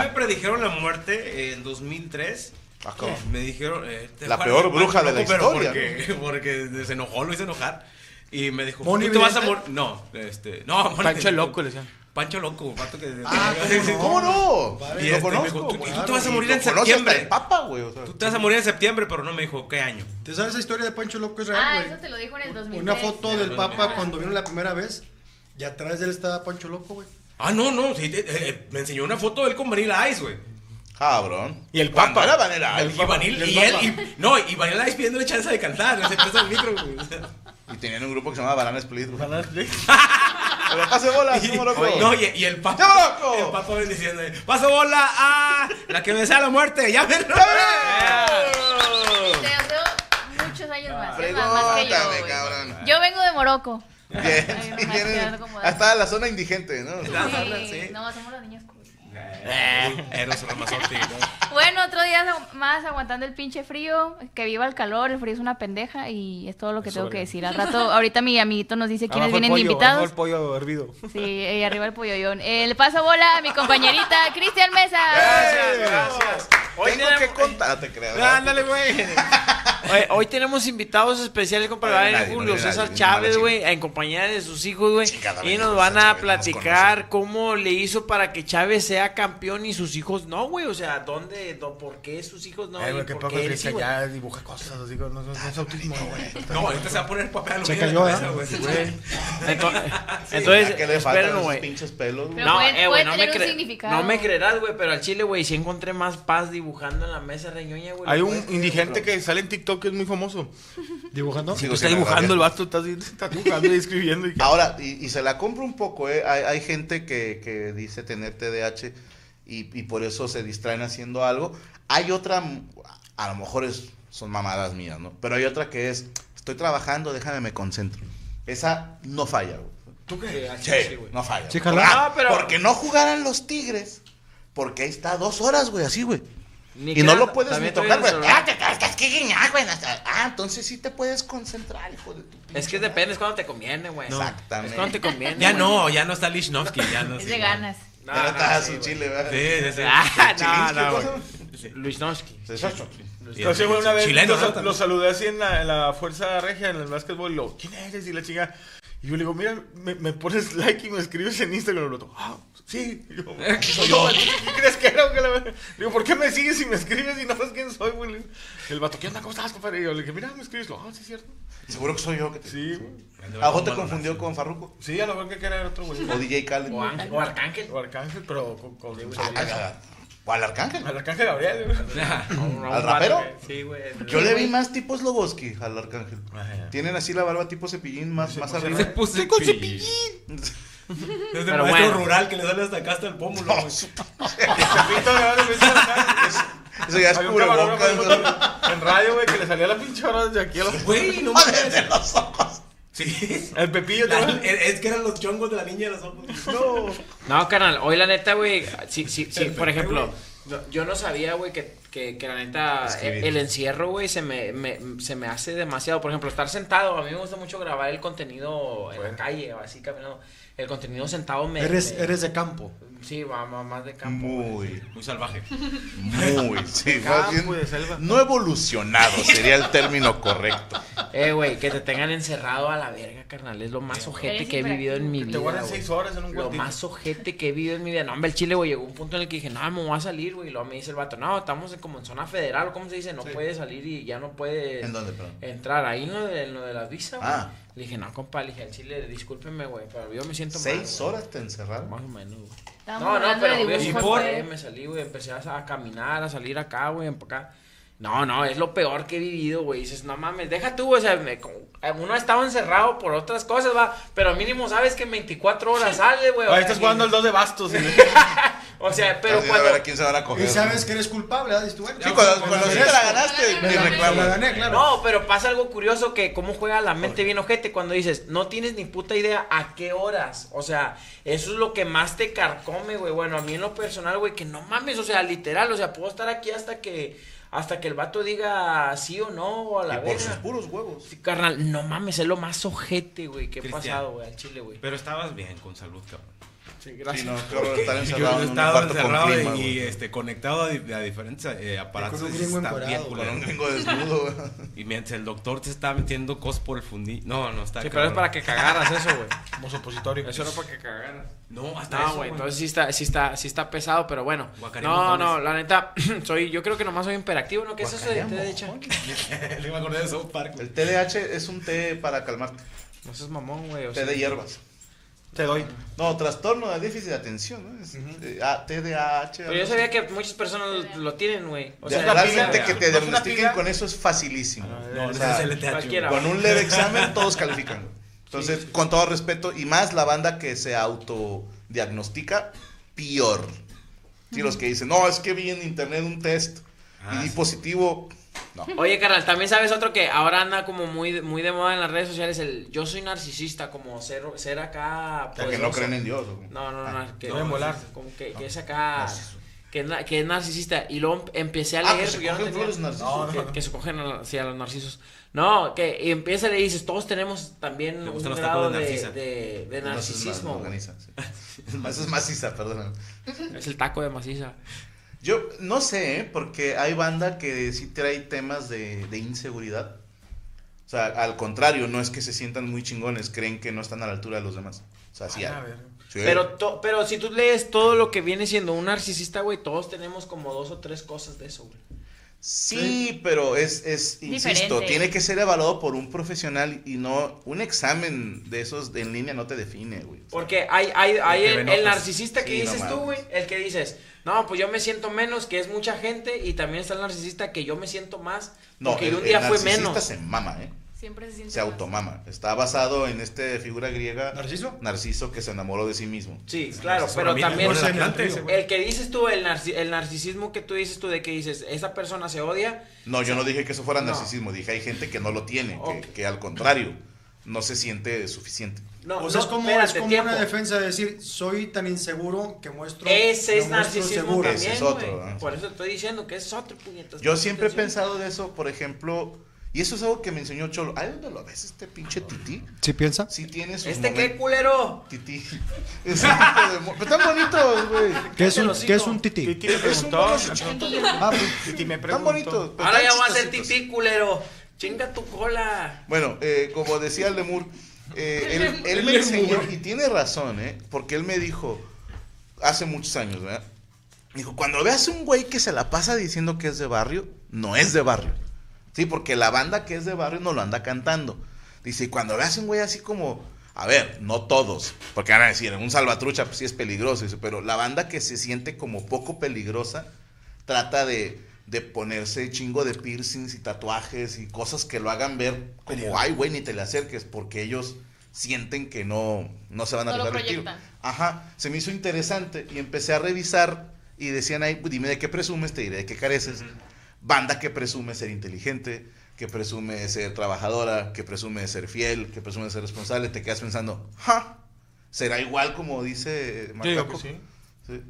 Speaker 4: A mí me predijeron la muerte eh, en 2003.
Speaker 2: Ah, cabrón.
Speaker 4: Me dijeron. eh, te
Speaker 2: La
Speaker 4: vas-
Speaker 2: peor
Speaker 4: te vas
Speaker 2: bruja de
Speaker 4: loco,
Speaker 2: la
Speaker 4: pero
Speaker 2: historia,
Speaker 4: Porque, porque se enojó, lo hice enojar. Y me dijo,
Speaker 7: ¿Moni
Speaker 4: ¿tú te vas a
Speaker 7: Vidente?
Speaker 4: morir? No, este. No,
Speaker 1: Pancho el Loco, le decían.
Speaker 4: Pancho Loco, vato que. [laughs]
Speaker 7: Ah,
Speaker 2: ¿Cómo no?
Speaker 4: Y
Speaker 2: lo
Speaker 4: este,
Speaker 2: conozco.
Speaker 4: me dijo, tú-
Speaker 2: güey.
Speaker 4: tú te vas a
Speaker 2: Y
Speaker 4: morir
Speaker 2: lo
Speaker 4: en
Speaker 2: conoce hasta
Speaker 4: septiembre.
Speaker 2: el papa, güey. o sea.
Speaker 4: Tú te vas a morir en septiembre, pero no me dijo qué año.
Speaker 7: ¿Te sabes la historia de Pancho Loco? Es real,
Speaker 6: Ah,
Speaker 7: güey.
Speaker 6: eso te lo dijo en el
Speaker 7: Un-
Speaker 6: 2003.
Speaker 7: Una foto del
Speaker 4: Ah.
Speaker 7: Papa cuando vino la primera vez y atrás de él estaba Pancho Loco, güey.
Speaker 4: Ah, no, no. sí, eh, eh, me enseñó una foto de él con Vanilla Ice, güey.
Speaker 2: Cabrón.
Speaker 1: Y el
Speaker 2: ¿Cuándo
Speaker 1: papa.
Speaker 2: era Vanilla
Speaker 4: Y,
Speaker 2: Ice?
Speaker 4: Vanilla, y él. y- no, y Vanilla Ice pidiéndole chance de cantar. Se presta el micro, güey.
Speaker 2: Y tenían un grupo que se llamaba Banana Split. güey.
Speaker 1: Loco.
Speaker 2: [laughs] Pero pase bola, Ah, ¿cómo
Speaker 4: [laughs]
Speaker 2: loco?
Speaker 4: Oye, No, y, y el papa.
Speaker 2: ¡Ya, loco!
Speaker 4: El papa bendiciendo. eh, ¡Paso bola a la que me desea la muerte! ¡Ya me
Speaker 6: Te deseo muchos años más.
Speaker 5: ¿eh?
Speaker 6: es más, más que yo,
Speaker 2: Pregúntame,
Speaker 6: güey.
Speaker 2: cabrón.
Speaker 6: Yo vengo de Morocco. Ay,
Speaker 2: Bien,
Speaker 6: nomás
Speaker 2: y vienen-
Speaker 6: quedando como
Speaker 2: Hasta la zona indigente, ¿no?
Speaker 6: Sí, no, somos los niños cool.
Speaker 4: Eros Ramazotti.
Speaker 6: Bueno, otro día agu- más aguantando el pinche frío. Que viva el calor, el frío es una pendeja y es todo lo que tengo que
Speaker 1: verdad.
Speaker 6: decir. Al rato, ahorita mi amiguito nos
Speaker 3: Ah,
Speaker 6: dice quiénes vienen de invitados.
Speaker 1: el pollo hervido.
Speaker 6: Sí, eh, arriba el polloyón. El paso bola a mi compañerita Cristian Mesa.
Speaker 3: Gracias. Hoy
Speaker 2: Tengo que
Speaker 3: tenemos-
Speaker 2: contar, te creo.
Speaker 3: Ándale, güey. Oye, hoy tenemos invitados especiales, compadre. Va a venir
Speaker 2: Nadie,
Speaker 3: Julio
Speaker 2: nadie,
Speaker 3: César
Speaker 2: nadie,
Speaker 3: Chávez,
Speaker 2: nadie.
Speaker 3: güey, en compañía de sus hijos, güey.
Speaker 2: Chingada,
Speaker 3: Y
Speaker 2: venga,
Speaker 3: nos
Speaker 2: Julio
Speaker 3: van
Speaker 2: César
Speaker 3: a
Speaker 2: Chávez, nos
Speaker 3: platicar cómo le hizo para que Chávez sea campeón y sus hijos no, güey. O sea, ¿dónde, dó- por qué sus hijos no?
Speaker 1: Ay,
Speaker 3: y
Speaker 1: güey, qué
Speaker 3: por
Speaker 1: poco
Speaker 3: qué él
Speaker 1: que
Speaker 3: sí, güey? Ah,
Speaker 1: ya dibuja cosas, así como no, no, no es autismo, güey.
Speaker 4: No, ahorita se va a poner papel aluminio
Speaker 7: Se
Speaker 4: en la
Speaker 7: cayó,
Speaker 4: cabeza,
Speaker 7: ¿eh?
Speaker 4: güey.
Speaker 2: [laughs]
Speaker 3: [laughs] Entonces,
Speaker 2: Entonces,
Speaker 3: entonces
Speaker 2: ¿qué le faltan
Speaker 3: espérenlo,
Speaker 2: esos
Speaker 3: güey.
Speaker 2: pinches pelos? güey?
Speaker 6: Pero pueden-
Speaker 3: eh, güey,
Speaker 6: pueden tener un significado.
Speaker 3: no me creerás, güey, pero al chile, güey, sí encontré más paz dibujando en la mesa reñoña, güey.
Speaker 1: Hay
Speaker 3: Lo
Speaker 2: Pues,
Speaker 1: un
Speaker 3: puedes-
Speaker 1: indigente que sale en TikTok que es muy famoso.
Speaker 7: ¿Dibujando?
Speaker 2: Sí.
Speaker 1: Si
Speaker 2: Digo,
Speaker 1: está
Speaker 2: sí, Ah, la verdad.
Speaker 1: dibujando el vato, está, así, está dibujando y escribiendo. Y que-
Speaker 2: Ahora, y, y se la compro un poco, ¿eh? Hay, hay gente que, que dice tener TDAH y, y por eso se distraen haciendo algo. Hay otra, a lo mejor es- son mamadas mías, ¿no? Pero hay otra que es, estoy trabajando, déjame me concentro. Esa no falla, güey.
Speaker 3: ¿Tú qué? Al
Speaker 2: Sí,
Speaker 3: chile, sí, güey.
Speaker 2: no falla.
Speaker 7: Sí,
Speaker 2: porque,
Speaker 7: jala.
Speaker 3: No, pero-
Speaker 2: porque no jugaran los Tigres. Porque ahí está dos horas, güey, así, güey.
Speaker 3: Ni
Speaker 2: Y
Speaker 3: que
Speaker 2: no
Speaker 3: nada,
Speaker 2: lo puedes ni
Speaker 3: también
Speaker 2: tocar,
Speaker 3: estoy
Speaker 2: güey.
Speaker 3: en el
Speaker 2: Ah,
Speaker 3: celular.
Speaker 2: te estás que guiñar, güey. Ah, entonces sí te puedes concentrar, hijo de tu
Speaker 3: Es que
Speaker 2: pinche madre.
Speaker 3: depende, es cuando te conviene, güey.
Speaker 2: Exactamente.
Speaker 3: Es cuando te conviene.
Speaker 4: Ya
Speaker 3: güey.
Speaker 4: no, ya no está Lichnowsky. Ya no,
Speaker 6: Es
Speaker 4: sí,
Speaker 6: de
Speaker 4: güey.
Speaker 6: ganas.
Speaker 3: No,
Speaker 2: Pero
Speaker 3: no,
Speaker 2: está
Speaker 3: sí,
Speaker 2: su
Speaker 3: güey.
Speaker 2: chile, ¿verdad?
Speaker 4: Sí, sí, sí.
Speaker 3: Ah,
Speaker 2: Chilinsky,
Speaker 3: no,
Speaker 2: ¿cómo se
Speaker 3: no,
Speaker 2: llama?
Speaker 3: güey. Luis Nosky.
Speaker 1: Entonces, güey, una vez
Speaker 4: Chileno,
Speaker 1: lo,
Speaker 4: ¿no?
Speaker 1: lo saludé así en la, en la Fuerza Regia, en el básquetbol, y lo, ¿quién eres? Y la chinga. Y yo le digo, mira, me, me pones [laughs] like y me escribes en Instagram. Y el otro, ah, sí.
Speaker 2: [laughs]
Speaker 1: Y yo, soy yo. ¿Qué crees que era? güey? Le digo, ¿por qué me sigues y me escribes y no sabes quién soy, güey? Y el vato, ¿qué onda? ¿Cómo estás, compadre? Y yo le dije, mira, me escribes. Lo, ah, sí, es cierto.
Speaker 2: Seguro que soy yo que te...
Speaker 1: Sí, güey.
Speaker 2: A vos te confundió con Farruko
Speaker 1: Sí, a lo mejor que era otro, güey.
Speaker 2: o DJ Khaled.
Speaker 3: O, Ángel, o Arcángel.
Speaker 1: O Arcángel, pero con... con
Speaker 2: Ah, ah, ah. O al Arcángel.
Speaker 1: al Arcángel Gabriel, güey. [laughs]
Speaker 2: ¿Al rapero?
Speaker 3: Sí, güey.
Speaker 2: Yo le vi más tipo Sloboski al Arcángel.
Speaker 1: Ajá.
Speaker 2: Tienen así la barba tipo cepillín más, más
Speaker 4: Se
Speaker 2: [laughs] arriba.
Speaker 4: puso con cepillín. [laughs] Desde el
Speaker 3: Pero
Speaker 4: maestro
Speaker 3: bueno.
Speaker 4: rural que le sale hasta acá hasta el pómulo. güey.
Speaker 2: Oh,
Speaker 1: Pepito, güey, ahora me hizo acá.
Speaker 2: Eso ya es
Speaker 1: Había un
Speaker 2: cubrebocas.
Speaker 1: camarógrafo en- en radio, güey, que le salía la pinche hora desde aquí a los...
Speaker 4: Güey, no
Speaker 2: ¿no?
Speaker 4: mames. [laughs]
Speaker 2: Desde los ojos.
Speaker 4: Sí.
Speaker 1: El Pepillo,
Speaker 4: La- e,
Speaker 1: ¿no?
Speaker 4: es es que eran los chongos de la niña de los ojos.
Speaker 1: No.
Speaker 3: No, carnal, hoy la neta, güey, sí, sí, sí, por ejemplo, no- yo no sabía, güey, que, que, que la neta, eh,
Speaker 2: Escribir.
Speaker 3: el encierro, güey, se me, me- se me hace demasiado. Por ejemplo, estar sentado, a mí me gusta mucho grabar el contenido en la calle, así caminando. El contenido sentado me...
Speaker 7: Eres,
Speaker 3: me-
Speaker 7: eres de campo.
Speaker 3: Sí, va, va más de campo.
Speaker 2: Muy,
Speaker 4: Muy salvaje.
Speaker 2: muy,
Speaker 1: [laughs]
Speaker 2: sí.
Speaker 1: Campo
Speaker 2: más bien,
Speaker 1: de selva.
Speaker 2: no evolucionado sería el término
Speaker 1: [laughs]
Speaker 2: correcto.
Speaker 3: Eh, güey, que te tengan encerrado a la verga, carnal. Es lo más ojete
Speaker 5: Eres
Speaker 3: que he vivido en mi
Speaker 5: hiperactivo.
Speaker 3: vida.
Speaker 1: Te guardan
Speaker 3: güey.
Speaker 1: seis horas en un
Speaker 3: Lo
Speaker 1: cuartito.
Speaker 3: más ojete que he vivido en mi vida. No, hombre, el chile, güey, llegó un punto en el que dije, no, me voy a salir, güey. Y luego me dice el vato, no, estamos en- como en zona federal, o ¿cómo se dice? No puedes salir y ya no puedes
Speaker 2: ¿En dónde, perdón?
Speaker 3: entrar. Ahí en lo de, en lo de la visa, güey.
Speaker 2: Ah.
Speaker 3: Le dije, no, compa, le dije al chile, discúlpeme, güey, pero yo me siento mal,
Speaker 2: ¿Seis
Speaker 3: güey".
Speaker 2: horas te encerraron?
Speaker 3: Más o menos, güey.
Speaker 5: Estábamos
Speaker 3: No, no,
Speaker 5: hablando de
Speaker 3: pero güey,
Speaker 5: dibujos,
Speaker 3: sí, por-
Speaker 5: güey.
Speaker 3: me salí, güey, empecé a, a caminar, a salir acá, güey, pa' acá. No, no, es lo peor que he vivido, güey. Dices, no mames, deja tú, o sea, me- como- uno ha estado encerrado por otras cosas, va, pero mínimo sabes que en 24 horas sale, güey. o sea,
Speaker 1: Ahí estás
Speaker 3: que-
Speaker 1: jugando al 2 de bastos.
Speaker 2: [laughs]
Speaker 1: güey.
Speaker 3: O sea,
Speaker 2: Pero a
Speaker 3: pero
Speaker 2: ver
Speaker 3: cuando...
Speaker 2: a quién se van a
Speaker 7: Y
Speaker 2: coger.
Speaker 7: sabes que eres culpable, ¿eh? ¿verdad? Dices tú, bueno,
Speaker 2: Sí,
Speaker 7: ya,
Speaker 2: cuando,
Speaker 7: me
Speaker 2: cuando sí
Speaker 7: gané
Speaker 2: te la
Speaker 7: esto.
Speaker 2: ganaste,
Speaker 5: Me
Speaker 2: ni
Speaker 7: Me la- me la
Speaker 2: reclamo.
Speaker 7: gané, claro.
Speaker 3: No, pero pasa algo curioso que cómo juega la mente bien ojete cuando dices, no tienes ni puta idea a qué horas. O sea, eso es lo que más te carcome, güey. Bueno, a mí en lo personal, güey, que no mames, o sea, literal, o sea, puedo estar aquí hasta que hasta que el vato diga sí o no o a
Speaker 2: Y
Speaker 3: la
Speaker 2: por sus
Speaker 3: verga.
Speaker 2: puros huevos.
Speaker 3: Sí, carnal, no mames, es lo más ojete, güey, que he
Speaker 4: Cristian.
Speaker 3: pasado, güey, al chile, güey.
Speaker 4: Pero estabas bien con salud, cabrón.
Speaker 3: Sí,
Speaker 2: Sí,
Speaker 3: gracias.
Speaker 2: no, claro, estar
Speaker 4: Yo
Speaker 2: encerrado
Speaker 4: he
Speaker 2: en un
Speaker 4: estado
Speaker 2: cuarto con
Speaker 4: encerrado
Speaker 2: clima,
Speaker 4: y,
Speaker 2: güey.
Speaker 4: este, conectado a, di- a diferentes eh, aparatos.
Speaker 7: Y con un
Speaker 4: y
Speaker 7: gringo
Speaker 4: está
Speaker 7: encuerado,
Speaker 4: bien
Speaker 7: güey.
Speaker 2: Con un
Speaker 4: culero.
Speaker 2: gringo desnudo, güey.
Speaker 4: Y mientras el doctor te está metiendo cos por el fundí. No, no está.
Speaker 3: Sí, pero es
Speaker 4: cabrón.
Speaker 3: para que cagaras eso, güey.
Speaker 1: Como supositorio.
Speaker 3: Eso era para que cagaras.
Speaker 4: No, hasta
Speaker 3: No,
Speaker 4: eso,
Speaker 3: güey, entonces sí está, sí está, sí está pesado, pero bueno.
Speaker 4: Guacareando
Speaker 3: No,
Speaker 4: mojones.
Speaker 3: no, la neta, [clears throat] soy, yo creo que nomás soy imperactivo, ¿no? ¿Qué es eso de té de chanque?
Speaker 4: [laughs] Le me acordé de South Park. güey.
Speaker 2: El TDH es un té para calmarte.
Speaker 3: No seas mamón, güey. o
Speaker 2: Té
Speaker 3: sea,
Speaker 2: de hierbas.
Speaker 1: Te doy.
Speaker 2: No, trastorno de déficit de atención, ¿no? Es, eh, ah, TDAH.
Speaker 3: Pero yo sabía que muchas personas lo, lo tienen, güey. O sea,
Speaker 1: es la
Speaker 2: realmente
Speaker 1: pila,
Speaker 2: que
Speaker 1: ¿no?
Speaker 2: te
Speaker 1: Es una
Speaker 2: diagnostiquen
Speaker 1: pila.
Speaker 2: con eso es facilísimo.
Speaker 4: No,
Speaker 2: O
Speaker 4: no
Speaker 2: sea,
Speaker 4: Ah, es el TH.
Speaker 3: cualquiera.
Speaker 2: con un leve
Speaker 3: [laughs]
Speaker 2: examen todos califican. güey. Entonces, con todo respeto, y más la banda que se autodiagnostica, peor. Sí, los que dicen, no, es que vi en internet un test
Speaker 4: Ah,
Speaker 2: y di
Speaker 4: sí.
Speaker 2: positivo. No.
Speaker 3: Oye, carnal, también sabes otro que ahora anda como muy, muy de moda en las redes sociales, el yo soy narcisista, como ser, ser acá...
Speaker 2: O Ah, sea,
Speaker 3: pues,
Speaker 2: que no
Speaker 3: o sea,
Speaker 2: creen en Dios. güey.
Speaker 3: No, no, no, que,
Speaker 1: no voy a volar.
Speaker 3: Como que, que es acá... Que, es na- que es narcisista. Y luego em- empecé a
Speaker 2: Ah,
Speaker 3: leer...
Speaker 2: que se
Speaker 3: porque yo no
Speaker 2: cogen
Speaker 3: entendía.
Speaker 2: flores narcisos.
Speaker 3: que, que se cogen a, la- sí, a los narcisos. No, que empieza y le dices, todos tenemos también
Speaker 4: Me
Speaker 3: un
Speaker 4: gustan los
Speaker 3: grado
Speaker 4: tacos de
Speaker 3: de,
Speaker 4: narcisa.
Speaker 2: No,
Speaker 3: de- de
Speaker 2: eso es
Speaker 3: narcisismo.
Speaker 2: más
Speaker 3: güey.
Speaker 2: organiza, sí.
Speaker 3: [laughs]
Speaker 2: Eso es maciza, perdóname.
Speaker 3: es el taco de maciza.
Speaker 2: Yo no sé, ¿eh? porque hay banda que sí trae temas de, de inseguridad. O sea, al contrario, no es que se sientan muy chingones, creen que no están a la altura de los demás. O sea, sí.
Speaker 1: A
Speaker 2: hay.
Speaker 3: Ah,
Speaker 1: la verga.
Speaker 2: Sí.
Speaker 3: Pero, to- pero si tú lees todo lo que viene siendo un narcisista, güey, todos tenemos como dos o tres cosas de eso, güey.
Speaker 2: Sí, pero es, es insisto,
Speaker 5: Diferente.
Speaker 2: tiene que ser evaluado por un profesional y no un examen de esos de en línea no te define, güey.
Speaker 3: Porque hay, hay, hay
Speaker 4: que
Speaker 3: el,
Speaker 4: ven
Speaker 3: el
Speaker 4: otras.
Speaker 3: narcisista que
Speaker 2: Sí, no
Speaker 3: dices tú,
Speaker 2: mames.
Speaker 3: güey, el que dices, no, pues yo me siento menos, que es mucha gente, y también está el narcisista que yo me siento más,
Speaker 2: No,
Speaker 3: porque
Speaker 2: el,
Speaker 3: yo un día
Speaker 2: el
Speaker 3: fue
Speaker 2: narcisista
Speaker 3: menos.
Speaker 2: se mama, ¿eh?
Speaker 5: Siempre se siente
Speaker 2: Se automama. Está basado en esta figura griega
Speaker 7: ¿Narciso?
Speaker 2: Narciso que se enamoró de sí mismo.
Speaker 3: Sí, claro,
Speaker 4: Eso para
Speaker 3: pero
Speaker 4: mí es
Speaker 3: también...
Speaker 4: por el
Speaker 7: Por eso
Speaker 4: Atlante,
Speaker 7: me
Speaker 4: ese güey.
Speaker 3: El que dices tú, el, narci- el narcisismo que tú dices tú, de que dices, esa persona se odia.
Speaker 2: No, yo no dije que eso fuera
Speaker 3: No.
Speaker 2: narcisismo, dije hay gente que no lo tiene, que-
Speaker 3: Ok.
Speaker 2: que, al contrario, no se siente suficiente.
Speaker 3: No,
Speaker 7: o sea,
Speaker 3: no,
Speaker 7: es como,
Speaker 3: espérate,
Speaker 7: es como
Speaker 3: tiempo.
Speaker 7: una defensa de decir, soy tan inseguro que muestro.
Speaker 3: Ese es
Speaker 7: me muestro
Speaker 3: narcisismo
Speaker 7: seguro.
Speaker 2: Ese
Speaker 3: también.
Speaker 2: es
Speaker 3: güey.
Speaker 2: otro, ¿no?
Speaker 3: Por eso estoy diciendo que ese es otro puñetazo.
Speaker 2: Yo siempre he
Speaker 3: Atención.
Speaker 2: pensado de eso, por ejemplo, y eso es algo que me enseñó Cholo. Ay, ¿dónde lo ves este pinche tití?
Speaker 7: ¿Sí piensa?
Speaker 2: Sí tiene sus
Speaker 3: ¿Este qué
Speaker 2: momentos.
Speaker 3: culero?
Speaker 2: Tití. Es un tipo de mo- Pero están bonitos, güey.
Speaker 7: ¿Qué es,
Speaker 3: Cállate el
Speaker 7: un,
Speaker 3: hocico.
Speaker 7: ¿Qué es un tití?
Speaker 1: Titi me
Speaker 2: Es un
Speaker 1: preguntó.
Speaker 2: mono chiquito.
Speaker 7: Ah, pues,
Speaker 1: Titi me
Speaker 2: Están
Speaker 1: preguntó.
Speaker 2: bonitos. pero
Speaker 3: Ahora ya
Speaker 2: están
Speaker 3: va a ser
Speaker 2: chistositos.
Speaker 3: tití, culero. Chinga tu cola.
Speaker 2: Bueno, eh, como decía el Lemur, eh, él, él me enseñó, y tiene razón, ¿eh? Porque él me dijo, hace muchos años, ¿verdad? Me Dijo, cuando veas un güey que se la pasa diciendo que es de barrio, no es de barrio. Sí, porque la banda que es de barrio no lo anda cantando. Dice, y cuando veas un güey así como, a ver, no todos, porque van a decir, un salvatrucha pues, sí es peligroso, dice, pero la banda que se siente como poco peligrosa trata de, de ponerse chingo de piercings y tatuajes y cosas que lo hagan ver como, ay, güey, ni te le acerques, porque ellos sienten que no, no se van a
Speaker 5: No lo
Speaker 2: pegar el tiro.
Speaker 5: proyectan.
Speaker 2: Ajá, se me hizo interesante y empecé a revisar y decían ahí, dime de qué presumes, te diré de qué careces. Banda que presume ser inteligente, que presume ser trabajadora, que presume ser fiel, que presume ser responsable, te quedas pensando, ja, será igual como dice
Speaker 1: Yo digo que
Speaker 2: Marco.
Speaker 1: sí.
Speaker 2: Sí.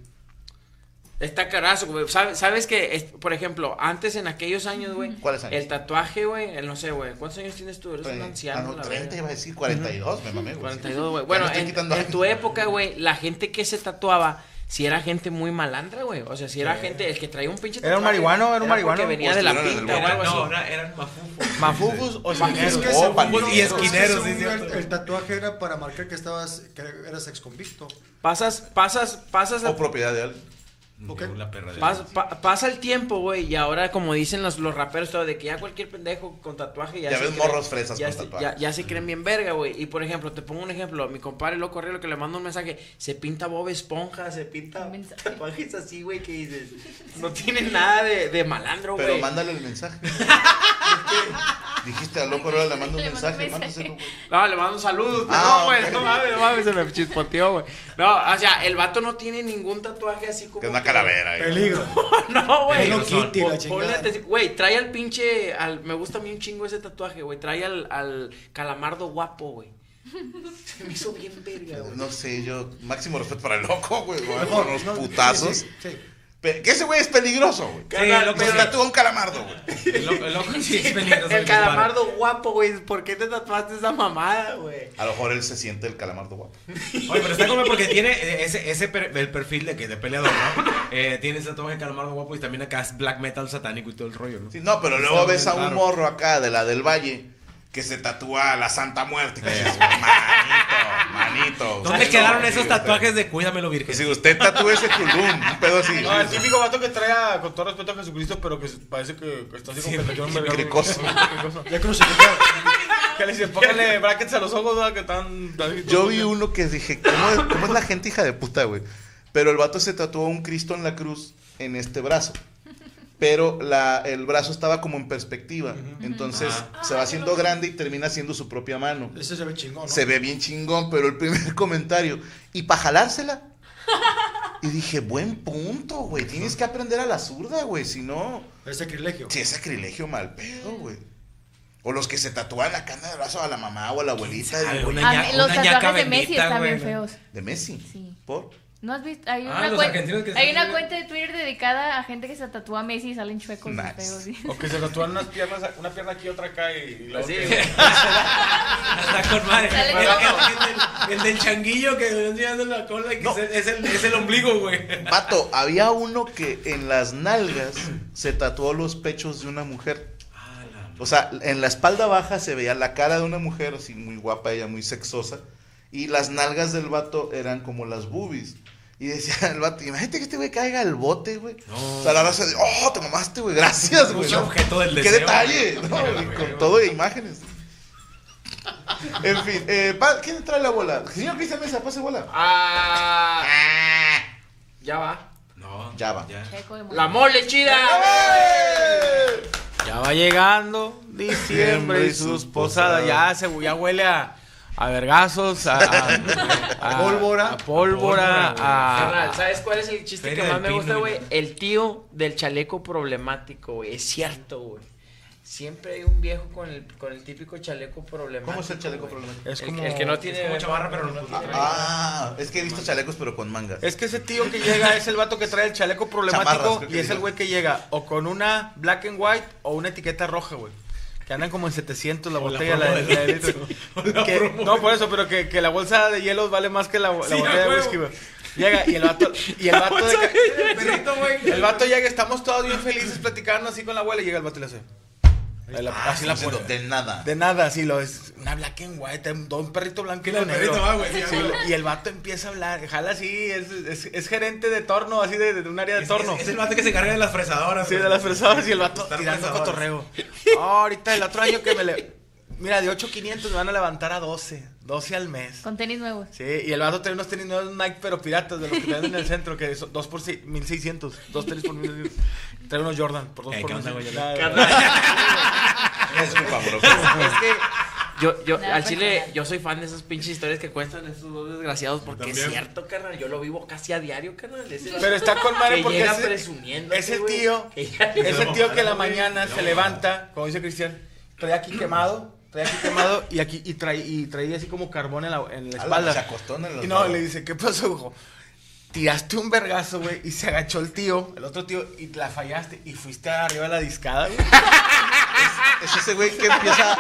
Speaker 3: Está carazo, güey. ¿Sabe- ¿Sabes que, es- por ejemplo, antes en aquellos años, güey?
Speaker 2: ¿Cuáles años?
Speaker 3: El tatuaje, güey. El no sé, güey. ¿Cuántos años tienes tú? Eres un
Speaker 2: Tre-
Speaker 3: anciano.
Speaker 2: ah, no,
Speaker 3: la
Speaker 2: 30
Speaker 3: verga.
Speaker 2: iba a decir 42, me mamé, güey.
Speaker 3: 42, güey.
Speaker 2: Ya
Speaker 3: Bueno,
Speaker 2: me estoy
Speaker 3: en,
Speaker 2: quitando
Speaker 3: en
Speaker 2: años.
Speaker 3: tu época, güey, la gente que se tatuaba, si era gente muy malandra, güey. O sea, si era gente, el que traía un pinche
Speaker 1: Era un
Speaker 3: tatuaje,
Speaker 1: marihuano, era un
Speaker 3: Porque
Speaker 1: marihuano. pues,
Speaker 3: venía
Speaker 2: O
Speaker 3: de la
Speaker 2: estuvieron en el
Speaker 3: pinta o
Speaker 2: bote.
Speaker 3: algo así.
Speaker 4: No, era- eran mafufos.
Speaker 1: Mafufus o
Speaker 7: Es que
Speaker 1: sineros.
Speaker 7: según
Speaker 2: pandilleros.
Speaker 7: yo-
Speaker 4: Y
Speaker 7: es que
Speaker 4: esquineros,
Speaker 7: según
Speaker 4: es
Speaker 7: yo, el,
Speaker 4: cierto.
Speaker 7: el tatuaje era para marcar que estabas, que eras exconvicto.
Speaker 3: Pasas, pasas, pasas.
Speaker 2: O propiedad de alguien.
Speaker 7: Ok.
Speaker 4: Llegó la perra de
Speaker 3: Pas- pa- pasa el tiempo, güey, y ahora como dicen los, los raperos, todo, de que ya cualquier pendejo con tatuaje ya,
Speaker 2: Ya
Speaker 3: se
Speaker 2: ves
Speaker 3: cree-
Speaker 2: morros fresas
Speaker 3: ya
Speaker 2: con
Speaker 3: se-
Speaker 2: tatuajes.
Speaker 3: ya- ya se creen bien verga, güey. Y por ejemplo, te pongo un ejemplo, mi compadre loco Rielo que le manda un mensaje, se pinta Bob Esponja, se pinta
Speaker 5: Mensaje.
Speaker 3: tatuajes así, güey, que dices, no tiene nada de, de malandro,
Speaker 2: Pero
Speaker 3: güey.
Speaker 2: mándale el
Speaker 3: [laughs]
Speaker 2: mensaje. Dijiste al loco, ahora le mando un
Speaker 5: Le mando un
Speaker 2: mensaje,
Speaker 5: mensaje.
Speaker 2: mándaselo, güey.
Speaker 3: No, le mando un saludo.
Speaker 2: Ah,
Speaker 3: no, güey,
Speaker 2: ok.
Speaker 3: no mames, no mames, se me chispoteó, güey. No, o sea, el vato no tiene ningún tatuaje así como.
Speaker 2: Que es una
Speaker 3: que-
Speaker 2: calavera, güey.
Speaker 7: Peligro.
Speaker 3: No, güey.
Speaker 7: Hello Kitty,
Speaker 3: Pon-
Speaker 7: la
Speaker 3: ponle
Speaker 7: chingada.
Speaker 3: atención. Güey, trae al pinche. Al, me gusta a mí un chingo ese tatuaje, güey. Trae al, al calamardo guapo, güey. Se me hizo bien verga, güey.
Speaker 2: No sé, yo. Máximo respeto para el loco, güey. güey,
Speaker 7: No,
Speaker 2: Con los
Speaker 7: no,
Speaker 2: putazos.
Speaker 7: sí, sí, sí.
Speaker 2: Pe- Que ese güey es peligroso, güey.
Speaker 4: Sí, loco,
Speaker 2: Se
Speaker 4: sí.
Speaker 2: tatúa un calamardo, güey.
Speaker 4: El loco- el loco sí es peligroso.
Speaker 3: El calamardo guapo, güey. ¿Por qué te tatuaste esa mamada, güey?
Speaker 2: A lo mejor él se siente el calamardo guapo.
Speaker 4: Oye, pero está como porque tiene eh, ese, ese per- el perfil de que de peleador, ¿no? Eh, tiene ese tatuaje calamardo guapo y también acá es black metal satánico y todo el rollo, ¿no?
Speaker 2: Sí, no, pero
Speaker 4: Está
Speaker 2: luego ves
Speaker 4: bien
Speaker 2: a un
Speaker 4: raro.
Speaker 2: morro acá de la del Valle que se tatúa a la Santa Muerte. que dices, manito, manito.
Speaker 4: ¿Dónde
Speaker 2: usted
Speaker 4: quedaron
Speaker 2: no,
Speaker 4: esos
Speaker 2: sí,
Speaker 4: tatuajes de Cuídamelo
Speaker 2: usted-
Speaker 4: Virgen?
Speaker 2: Si usted tatúa ese Tulum, un pedo así.
Speaker 1: No, el típico vato que trae, a- con todo respeto a Jesucristo, pero que parece que está así como que le dio un vergazo.
Speaker 2: cricoso.
Speaker 7: Ya crucificado.
Speaker 1: Que le dice,
Speaker 7: [laughs]
Speaker 1: póngale brackets a los ojos, ¿verdad? Que están. así,
Speaker 2: Yo
Speaker 1: todo-
Speaker 2: vi uno que dije, ¿cómo es, cómo es la gente hija de puta, güey? Pero el vato se tatuó un Cristo en la cruz en este brazo. Pero la, el brazo estaba como en perspectiva. Entonces se va haciendo grande y termina siendo su propia mano.
Speaker 7: Ese se ve chingón, ¿no?
Speaker 2: Se ve bien chingón, pero el primer [laughs] comentario. ¿Y para jalársela? Y dije, buen punto, güey. Tienes que aprender a la zurda, güey. Si no,
Speaker 7: Es sacrilegio.
Speaker 2: si es sacrilegio mal pedo, güey. O los que se tatúan acá en el brazo a la mamá o a la abuelita.
Speaker 4: Ay,
Speaker 2: digo,
Speaker 4: una
Speaker 5: A
Speaker 4: ña-
Speaker 5: mí- los
Speaker 4: una ñaca
Speaker 5: tatuajes de Messi
Speaker 4: bendita,
Speaker 5: están
Speaker 4: güey,
Speaker 5: bien
Speaker 4: ¿no? [laughs]
Speaker 5: feos.
Speaker 2: De Messi.
Speaker 5: Sí.
Speaker 2: ¿Por?
Speaker 5: ¿No has visto? Hay
Speaker 4: Ah,
Speaker 5: una,
Speaker 4: los
Speaker 5: cuen-
Speaker 4: argentinos que se
Speaker 5: hay una
Speaker 4: tatúan.
Speaker 5: cuenta de Twitter dedicada a gente que se tatúa a Messi y salen chuecos
Speaker 2: Nice.
Speaker 5: y feos. sí.
Speaker 1: O que se tatúan unas piernas, una pierna aquí, otra acá y. y luego
Speaker 3: Así.
Speaker 1: que-
Speaker 4: Está con madre.
Speaker 5: Sale
Speaker 4: El, el- el- el del changuillo que le enseñando la cola y que
Speaker 2: No.
Speaker 4: es, el- es el, es el ombligo, güey.
Speaker 2: Pato, había uno que en las nalgas se tatuó los pechos de una mujer.
Speaker 4: Ah, la-
Speaker 2: O sea, en la espalda baja se veía la cara de una mujer, así muy guapa, ella muy sexosa. Y las nalgas del vato eran como las boobies. Y decía el vato, imagínate que este güey caiga al bote, güey.
Speaker 4: No.
Speaker 2: O sea, la raza de, oh, te mamaste, güey, gracias, güey.
Speaker 4: Es objeto del
Speaker 2: ¡Qué
Speaker 4: deseo. [laughs]
Speaker 2: detalle! ¿no?
Speaker 4: Mira,
Speaker 2: Y
Speaker 4: güey,
Speaker 2: con
Speaker 4: güey.
Speaker 2: todo de imágenes. En fin, eh, pa- ¿quién trae la bola? Señor Cristian Mesa, pase bola.
Speaker 3: Ah. Ya va.
Speaker 4: No.
Speaker 2: Ya va.
Speaker 5: Chueco de
Speaker 3: La mole chida. Ya va llegando diciembre y sus posadas. Ya se ya huele a, a vergazos, a, a- a- a
Speaker 7: Pólvora.
Speaker 3: pólvora,
Speaker 4: Pólvora, güey.
Speaker 3: a- ¿Sabes cuál es el chiste
Speaker 4: Feria
Speaker 3: que más
Speaker 4: del
Speaker 3: me gusta,
Speaker 4: pino,
Speaker 3: güey?
Speaker 4: güey.
Speaker 3: El tío del chaleco problemático, güey. Es cierto, güey. Siempre hay un viejo con el, con el típico chaleco problemático.
Speaker 2: ¿Cómo es el chaleco
Speaker 3: güey.
Speaker 2: problemático?
Speaker 1: Es
Speaker 3: El-
Speaker 1: como.
Speaker 3: el, que no tiene.
Speaker 4: Es como chamarra, pero no-
Speaker 3: tiene-
Speaker 2: Ah, es que he visto chalecos, pero con mangas.
Speaker 1: Es que ese tío que llega es el vato que trae el chaleco
Speaker 2: Chamarras,
Speaker 1: problemático
Speaker 2: creo que
Speaker 1: y es el
Speaker 2: digo.
Speaker 1: güey que llega o con una black and white o una etiqueta roja, güey. Que andan como en 700 la
Speaker 4: O la
Speaker 1: botella, la,
Speaker 4: promo
Speaker 1: de-
Speaker 4: de
Speaker 1: la de
Speaker 4: leche.
Speaker 1: litro.
Speaker 4: O la
Speaker 1: Que-
Speaker 4: promo
Speaker 1: no,
Speaker 4: de-
Speaker 1: por eso, pero que, que la bolsa de hielos vale más que la, la
Speaker 4: Sí, a
Speaker 1: botella de
Speaker 4: huevo.
Speaker 1: whisky, güey. Llega y el vato, y el vato de ca-
Speaker 4: El perrito, güey.
Speaker 1: el vato llega, estamos todos bien felices platicando así con la abuela y llega el vato y le hace. Ahí la-
Speaker 2: Ah,
Speaker 1: así la
Speaker 2: diciendo,
Speaker 1: pone.
Speaker 2: de nada.
Speaker 1: De nada, así lo es. Una black and white, un un perrito blanco y
Speaker 4: El
Speaker 1: uno negro.
Speaker 4: perrito va, güey, sí,
Speaker 1: Sí,
Speaker 4: güey.
Speaker 1: lo- y el vato empieza a hablar, jala así, es, es- es gerente de torno, así de, de un área de
Speaker 4: Es-
Speaker 1: torno.
Speaker 4: Es, es el vato que se carga de las fresadoras.
Speaker 1: Sí,
Speaker 4: güey.
Speaker 1: de las fresadoras y el vato
Speaker 4: Estar
Speaker 1: tirando
Speaker 4: fresadoras.
Speaker 1: cotorreo. Ah, ahorita el otro año que me le... Mira, de 8.500 me van a levantar a 12, 12 al mes.
Speaker 6: Con tenis
Speaker 4: [laughs]
Speaker 6: nuevos.
Speaker 1: Sí, y el vato tiene unos tenis nuevos Nike, pero piratas, de los que te venden en el centro, que son 2 por seis- 1.600, dos tenis por 1.600. Trae unos Jordan por 2
Speaker 4: Eh,
Speaker 1: por
Speaker 4: ¿qué onda,
Speaker 1: 1,600.
Speaker 4: güey?
Speaker 1: Nada,
Speaker 4: [laughs]
Speaker 2: Disculpa, bro. [laughs]
Speaker 3: Es que yo, yo
Speaker 6: Nada
Speaker 3: al chile,
Speaker 6: personal.
Speaker 3: yo soy fan de esas pinches historias que cuentan estos dos desgraciados porque es
Speaker 4: también.
Speaker 3: cierto, carnal. Yo lo vivo casi a diario, carnal. ese-
Speaker 1: Pero está con madre
Speaker 3: que
Speaker 1: porque
Speaker 3: llega
Speaker 1: es,
Speaker 3: presumiendo.
Speaker 1: es el
Speaker 3: güey,
Speaker 1: tío,
Speaker 3: que llega-
Speaker 1: es el tío que en la
Speaker 4: No, güey,
Speaker 1: mañana
Speaker 4: no.
Speaker 1: se levanta, como dice Cristian, trae aquí quemado, trae aquí quemado y aquí y trae y traía así como carbón en la, en la
Speaker 2: Ala,
Speaker 1: espalda.
Speaker 2: se acostó en el
Speaker 1: y no,
Speaker 2: hotel.
Speaker 1: le dice, "¿Qué pasó, hijo?" Tiraste un vergazo, güey, y se agachó el tío, el otro tío, y la fallaste, y fuiste arriba de la discada, güey.
Speaker 2: Es ese güey que empieza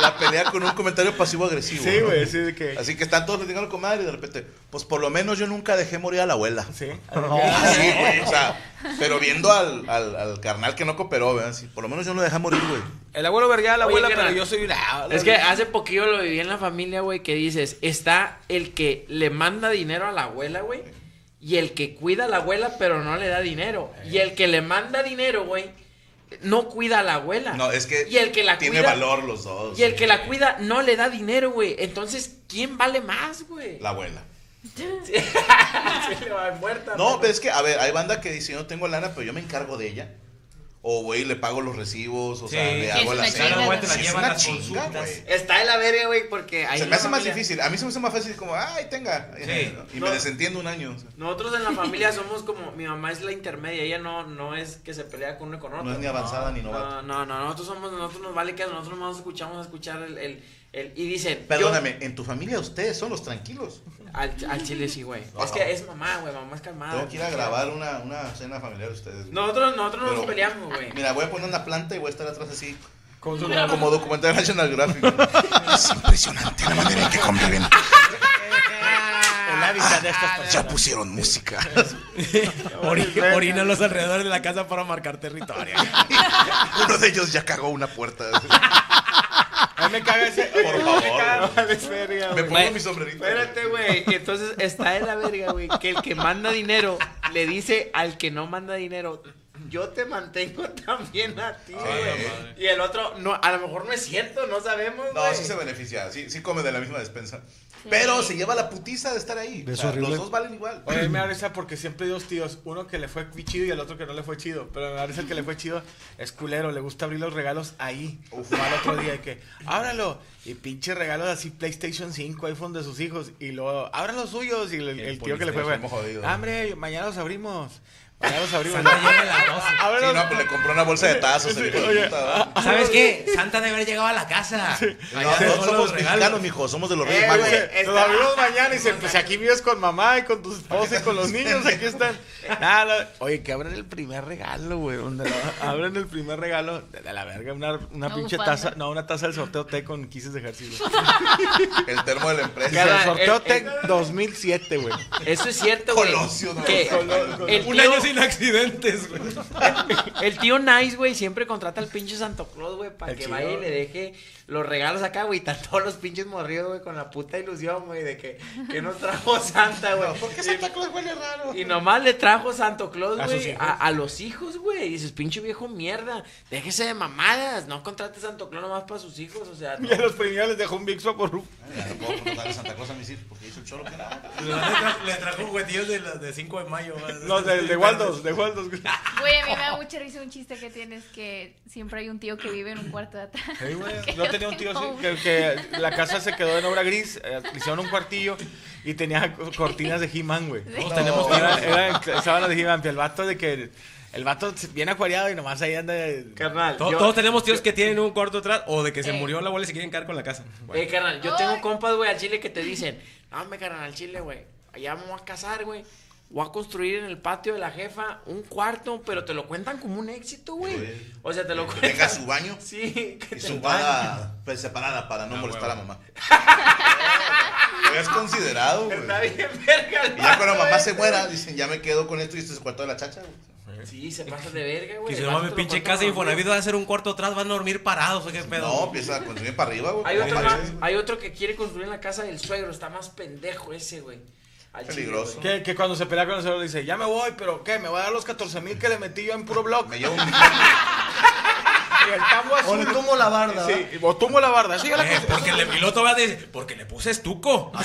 Speaker 2: la pelea con un comentario pasivo-agresivo.
Speaker 1: Sí,
Speaker 2: ¿no?
Speaker 1: güey, sí, de que.
Speaker 2: Así que están todos litigando con madre y de repente, pues por lo menos yo nunca dejé morir a la abuela.
Speaker 3: [laughs]
Speaker 2: Ah,
Speaker 1: Sí.
Speaker 2: Sí, güey, o sea, pero viendo al, al, al carnal que no cooperó, ¿verdad? Sí, por lo menos yo no dejé morir, güey.
Speaker 1: El abuelo verga a la
Speaker 3: Oye,
Speaker 1: abuela,
Speaker 3: carnal,
Speaker 1: pero yo soy una.
Speaker 3: Es que hace poquillo lo viví en la familia, güey, que dices, está el que le manda dinero a la abuela, güey, y el que cuida a la abuela, pero no le da dinero. Y el que le manda dinero, güey, no cuida a la abuela.
Speaker 2: No, es que,
Speaker 3: y el que la
Speaker 2: tiene
Speaker 3: cuida,
Speaker 2: valor los dos.
Speaker 3: Y el que la cuida no le da dinero, güey. Entonces, ¿quién vale más, güey? [laughs]
Speaker 2: La abuela.
Speaker 3: Sí. Se le va muerta.
Speaker 2: No, pues,
Speaker 3: pero-
Speaker 2: pero es que, a ver, hay banda que dice, yo no tengo lana, pero yo me encargo de ella. O, güey, le pago los recibos, o sea,
Speaker 4: Sí, sí,
Speaker 2: le
Speaker 4: es
Speaker 2: hago la
Speaker 6: una
Speaker 2: cena.
Speaker 6: chinga,
Speaker 2: güey.
Speaker 4: te la
Speaker 2: Sí, es
Speaker 4: llevan
Speaker 2: una
Speaker 4: las
Speaker 2: chinga,
Speaker 4: consultas.
Speaker 2: güey.
Speaker 3: Está en la verga, güey, porque ahí
Speaker 2: Se me
Speaker 3: en la
Speaker 2: hace más
Speaker 3: familia-
Speaker 2: difícil. A mí se me hace más fácil como, ay, tenga.
Speaker 4: Sí.
Speaker 2: [laughs] y
Speaker 3: No.
Speaker 2: me desentiendo un año. o sea.
Speaker 3: Nosotros en la familia somos como, mi mamá es la intermedia, ella no, no es que se pelea con uno y con otro.
Speaker 2: No es ni avanzada ni novata.
Speaker 3: No,
Speaker 1: Ah.
Speaker 3: no, no, nosotros somos, nosotros nos vale que nosotros nos escuchamos a escuchar el, el, el- y dicen.
Speaker 2: Perdóname, en tu familia ustedes son los tranquilos.
Speaker 3: yo- al, al chile sí, güey.
Speaker 2: No,
Speaker 3: es
Speaker 2: no.
Speaker 3: que es mamá, güey, mamá es
Speaker 1: Ah,
Speaker 3: calmada.
Speaker 2: Tengo que ir a grabar una, una cena familiar de ustedes. güey.
Speaker 3: Nosotros, nosotros no nos
Speaker 2: Pero-
Speaker 3: peleamos, güey.
Speaker 2: Mira, voy a poner una planta y voy a estar atrás así.
Speaker 1: Con su-
Speaker 2: Como documental National
Speaker 1: [laughs]
Speaker 2: Graphic. Es impresionante la manera en que conviven. Ah,
Speaker 1: El hábitat de estas personas.
Speaker 2: pusieron música. [laughs]
Speaker 1: [laughs]
Speaker 4: Ori- orina en los alrededores de la casa para marcar
Speaker 1: [laughs]
Speaker 4: territorio.
Speaker 2: Uno de ellos ya cagó una puerta.
Speaker 1: A mí me caga ese.
Speaker 2: Por
Speaker 1: me
Speaker 2: favor,
Speaker 1: caga,
Speaker 2: güey.
Speaker 1: no vales verga,
Speaker 2: Me
Speaker 1: güey.
Speaker 2: pongo mi sombrerito.
Speaker 3: Espérate, güey, que entonces está en la verga, güey, que el que manda dinero le dice al que no manda dinero, yo te mantengo también a ti, güey. Y el otro, no, a lo mejor no es cierto, no sabemos, güey.
Speaker 2: No, sí se beneficia. Sí, sí come de la misma despensa. Pero se lleva la putiza de estar ahí.
Speaker 7: Es
Speaker 2: O sea,
Speaker 7: horrible.
Speaker 2: los dos valen igual.
Speaker 1: Oye, me da risa porque siempre hay dos tíos, uno que le fue muy chido y el otro que no le fue chido. Pero me da risa el que le fue chido es culero, le gusta abrir los regalos ahí. O al otro día y que, ábralo. Y pinche regalos así, PlayStation 5, iPhone de sus hijos. Y luego, abran los suyos. Y el, el
Speaker 4: El
Speaker 1: tío que le fue, fue,
Speaker 2: PlayStation jodido.
Speaker 1: hambre, mañana los abrimos. Mañana los abrimos.
Speaker 4: Santa llega a las 12.
Speaker 2: Sí,
Speaker 1: Ábrelos.
Speaker 2: no, pues le compró una bolsa de tazos. el hijo de
Speaker 3: ah,
Speaker 2: puta.
Speaker 1: Ah,
Speaker 4: ¿Sabes qué? Santa debe haber llegado a la casa.
Speaker 2: No,
Speaker 4: Allá
Speaker 2: no
Speaker 3: ah,
Speaker 4: dejó los
Speaker 2: somos
Speaker 4: regalos.
Speaker 2: mexicanos, mijo. Somos de los Reyes
Speaker 1: Eh,
Speaker 2: Magos.
Speaker 1: güey, Nos abrimos mañana y [laughs] se, pues aquí vives con mamá y con tus esposa y con los niños, aquí están. Nada, la- oye, que abran el primer regalo, güey. donde lo- Abran el primer regalo de de la verga, una, una
Speaker 6: Una
Speaker 1: pinche
Speaker 6: bufanda.
Speaker 1: taza, no, una taza del sorteo T con quises de ejercicio.
Speaker 2: El termo de la
Speaker 1: El
Speaker 2: empresa.
Speaker 3: Cada-
Speaker 1: sorteo
Speaker 3: el-
Speaker 1: T 2007, güey.
Speaker 3: Eso es cierto, güey.
Speaker 2: Colosio, no,
Speaker 3: Que
Speaker 2: Colosio.
Speaker 3: el
Speaker 4: Un
Speaker 3: tío-
Speaker 4: año sin accidentes, güey.
Speaker 1: [laughs]
Speaker 3: El tío Nice, güey, siempre contrata al pinche Santo Claus, güey, para
Speaker 1: El
Speaker 3: que
Speaker 1: chido.
Speaker 3: vaya y le deje los regalos acá, güey. Están todos los pinches morridos, güey, con la puta ilusión, güey, de que, que nos trajo Santa, güey.
Speaker 2: ¿Por qué Santa Claus huele raro?
Speaker 3: Y nomás le trajo Santo Claus,
Speaker 1: ¿A sus
Speaker 3: güey,
Speaker 1: hijos?
Speaker 3: a, a los hijos, güey. Y dices, pinche viejo mierda, déjese de mamadas, no contrate Santo Claus nomás para sus hijos, o
Speaker 1: [laughs]
Speaker 3: sea, no.
Speaker 1: Y a los primeros les dejó un Big Swap por
Speaker 2: Ya no puedo preguntarle Santa Claus a mis hijos porque hizo el cholo que nada.
Speaker 4: Le tra- Le trajo juguetillos de, la- de 5 de mayo. güey.
Speaker 1: los de, de Waldos, de Waldos. güey.
Speaker 6: Güey, a mí me
Speaker 1: Oh.
Speaker 6: da mucha risa un chiste que tienes que siempre hay un tío que vive en un cuarto de atrás.
Speaker 1: Sí, güey.
Speaker 6: [laughs]
Speaker 5: [laughs]
Speaker 6: Porque
Speaker 1: Yo tenía un tío
Speaker 6: tengo
Speaker 1: así
Speaker 6: uno.
Speaker 1: que, que la casa se quedó en obra gris, eh, le hicieron un cuartillo y tenía co- cortinas de He-Man, güey.
Speaker 4: Todos tenemos
Speaker 1: Era, era sábanas de He-Man, pero el vato de que el vato se- viene acuareado y nomás ahí anda. de-
Speaker 3: Carnal,
Speaker 4: To-
Speaker 3: yo-
Speaker 4: todos tenemos tíos que tienen un cuarto atrás o de que se
Speaker 6: Eh.
Speaker 4: murió la abuela y se quieren quedar con la casa.
Speaker 3: Eh, carnal, yo
Speaker 6: Ay.
Speaker 3: tengo compas, güey, al chile que te dicen, no, me carnal, al chile, güey, allá vamos a casar, güey. Voy a construir en el patio de la jefa un cuarto, pero te lo cuentan como un éxito, güey.
Speaker 2: Sí.
Speaker 3: O sea, te lo
Speaker 2: Que
Speaker 3: cuentan.
Speaker 2: tenga su baño
Speaker 3: [laughs] Sí, que
Speaker 2: y
Speaker 3: te- Ah,
Speaker 2: su bada pues, separada para no molestar a mamá. Lo has considerado, güey.
Speaker 3: [laughs] Está bien, verga. el
Speaker 2: Y ya
Speaker 3: vato,
Speaker 2: cuando mamá
Speaker 3: güey.
Speaker 2: se muera, dicen, ya me quedo con esto y este es el cuarto de la chacha. güey.
Speaker 3: Sí, se pasa de verga, güey.
Speaker 4: Que si
Speaker 3: El
Speaker 4: no
Speaker 3: vato
Speaker 4: mames,
Speaker 3: te lo
Speaker 4: pinche
Speaker 3: cuenta
Speaker 4: casa
Speaker 3: normal.
Speaker 4: Infonavit va a hacer un cuarto atrás, van a dormir parados, ¿o qué pedo?
Speaker 2: No, empieza a consumir para arriba, güey.
Speaker 3: Hay otro,
Speaker 2: Para
Speaker 3: ma-
Speaker 2: arriba.
Speaker 3: hay otro que quiere construir en la casa del suegro, está más pendejo ese, güey. Al chile,
Speaker 2: Peligroso.
Speaker 3: güey.
Speaker 1: Que, que cuando se pelea con el celular dice, ya me voy, pero ¿qué? ¿Me va a dar los 14 mil que le metí yo en puro blog?
Speaker 2: Me llevo un...
Speaker 1: [laughs] Y el tambo
Speaker 7: O le
Speaker 1: azul.
Speaker 7: tumbo la barda.
Speaker 1: Sí, y o tumbo la barda. Sí, yo la
Speaker 4: Eh, porque el piloto va a decir, porque le puse estuco. [laughs]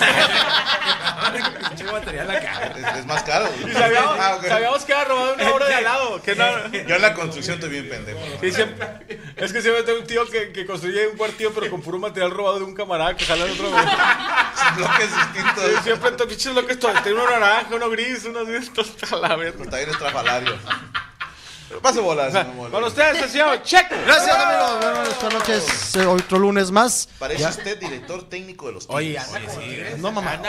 Speaker 4: O sea, pinche batería en la cara.
Speaker 2: es, es más caro, güey.
Speaker 1: Y sabíamos,
Speaker 2: Ah, ok.
Speaker 1: sabíamos que había robado una obra de al lado. Que no...
Speaker 7: Eh.
Speaker 2: Yo en la construcción estoy bien pendejo.
Speaker 1: Sí, siempre- es que siempre tengo un tío que, que construye un cuartillo, pero con puro material robado de un camarada que jala de otro.
Speaker 2: [laughs]
Speaker 1: güey.
Speaker 7: [laughs]
Speaker 2: Bloques distintos.
Speaker 1: Sí, siempre tengo pinches lo que estoy. Tengo uno naranja, uno gris, uno de estos [laughs] a la verga.
Speaker 2: Está bien estrafalario. Pase bolas, mi amor.
Speaker 1: Con ustedes, el señor Checo.
Speaker 7: Gracias, amigos. Bueno, esta noche es eh, otro lunes más.
Speaker 2: Parece
Speaker 7: Ya-
Speaker 2: usted director técnico de los
Speaker 4: Oye,
Speaker 2: Tigres.
Speaker 4: sí, sí.
Speaker 7: No,
Speaker 1: Ah,
Speaker 7: mamá.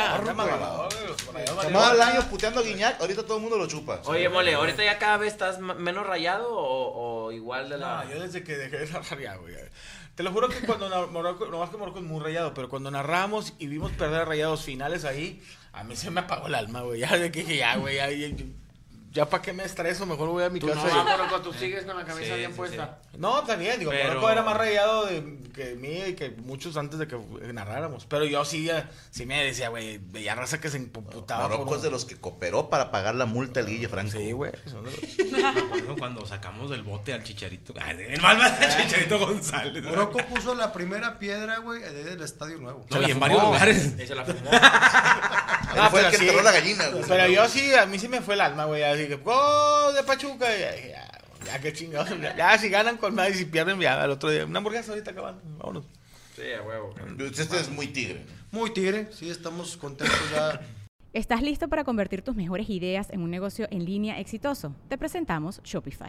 Speaker 2: Tomaba el año puteando a Guiñac, ahorita todo el mundo lo chupa.
Speaker 3: Oye, mole, ahorita ya cada vez estás ma- menos rayado o, o igual de la.
Speaker 1: No, yo desde que dejé de narrar ya, güey. Te lo juro que cuando nar- Morocco, no más que Morocco es muy rayado, pero cuando narramos y vimos perder a rayados finales ahí, a mí se me apagó el alma, güey. Ya de que dije, ya, güey, ya, ya, para qué me estreso, mejor voy a mi
Speaker 3: Tú
Speaker 1: casa.
Speaker 3: no,
Speaker 1: y-
Speaker 3: Morocco, tú sigues con la camisa
Speaker 4: Sí,
Speaker 3: bien
Speaker 4: sí,
Speaker 3: puesta.
Speaker 1: No, también, digo,
Speaker 4: Pero-
Speaker 1: Morocco era más rayado de- que mí y que muchos antes de que eh, narráramos. Pero yo sí, ya- sí me decía, güey, veía raza que se imputaba.
Speaker 2: Marocco es de los que cooperó para pagar la multa al Guille Franco.
Speaker 1: Sí, güey. son de los-
Speaker 4: Bueno, Cuando sacamos del bote al chicharito. Ay, El mal va a ser chicharito González.
Speaker 7: Morocco puso la primera piedra, güey, del estadio nuevo.
Speaker 4: No, y en varios lugares.
Speaker 3: Y se [laughs] la fumó.
Speaker 2: Él
Speaker 1: Ah,
Speaker 2: fue el
Speaker 1: pero
Speaker 2: que
Speaker 1: sí.
Speaker 2: enterró la gallina. güey.
Speaker 1: Pero yo sí, a mí sí me fue el alma, güey. Así que, ¡gol de Pachuca! Y ya, ya, ya, qué chingados. Ya, ya, si ganan con nadie, si pierden, ya, al otro día. Una hamburguesa ahorita acaban. Vámonos.
Speaker 3: Sí, a huevo.
Speaker 2: Usted es muy tigre.
Speaker 7: Muy tigre, sí, estamos contentos ya.
Speaker 8: ¿Estás listo para convertir tus mejores ideas en un negocio en línea exitoso? Te presentamos Shopify.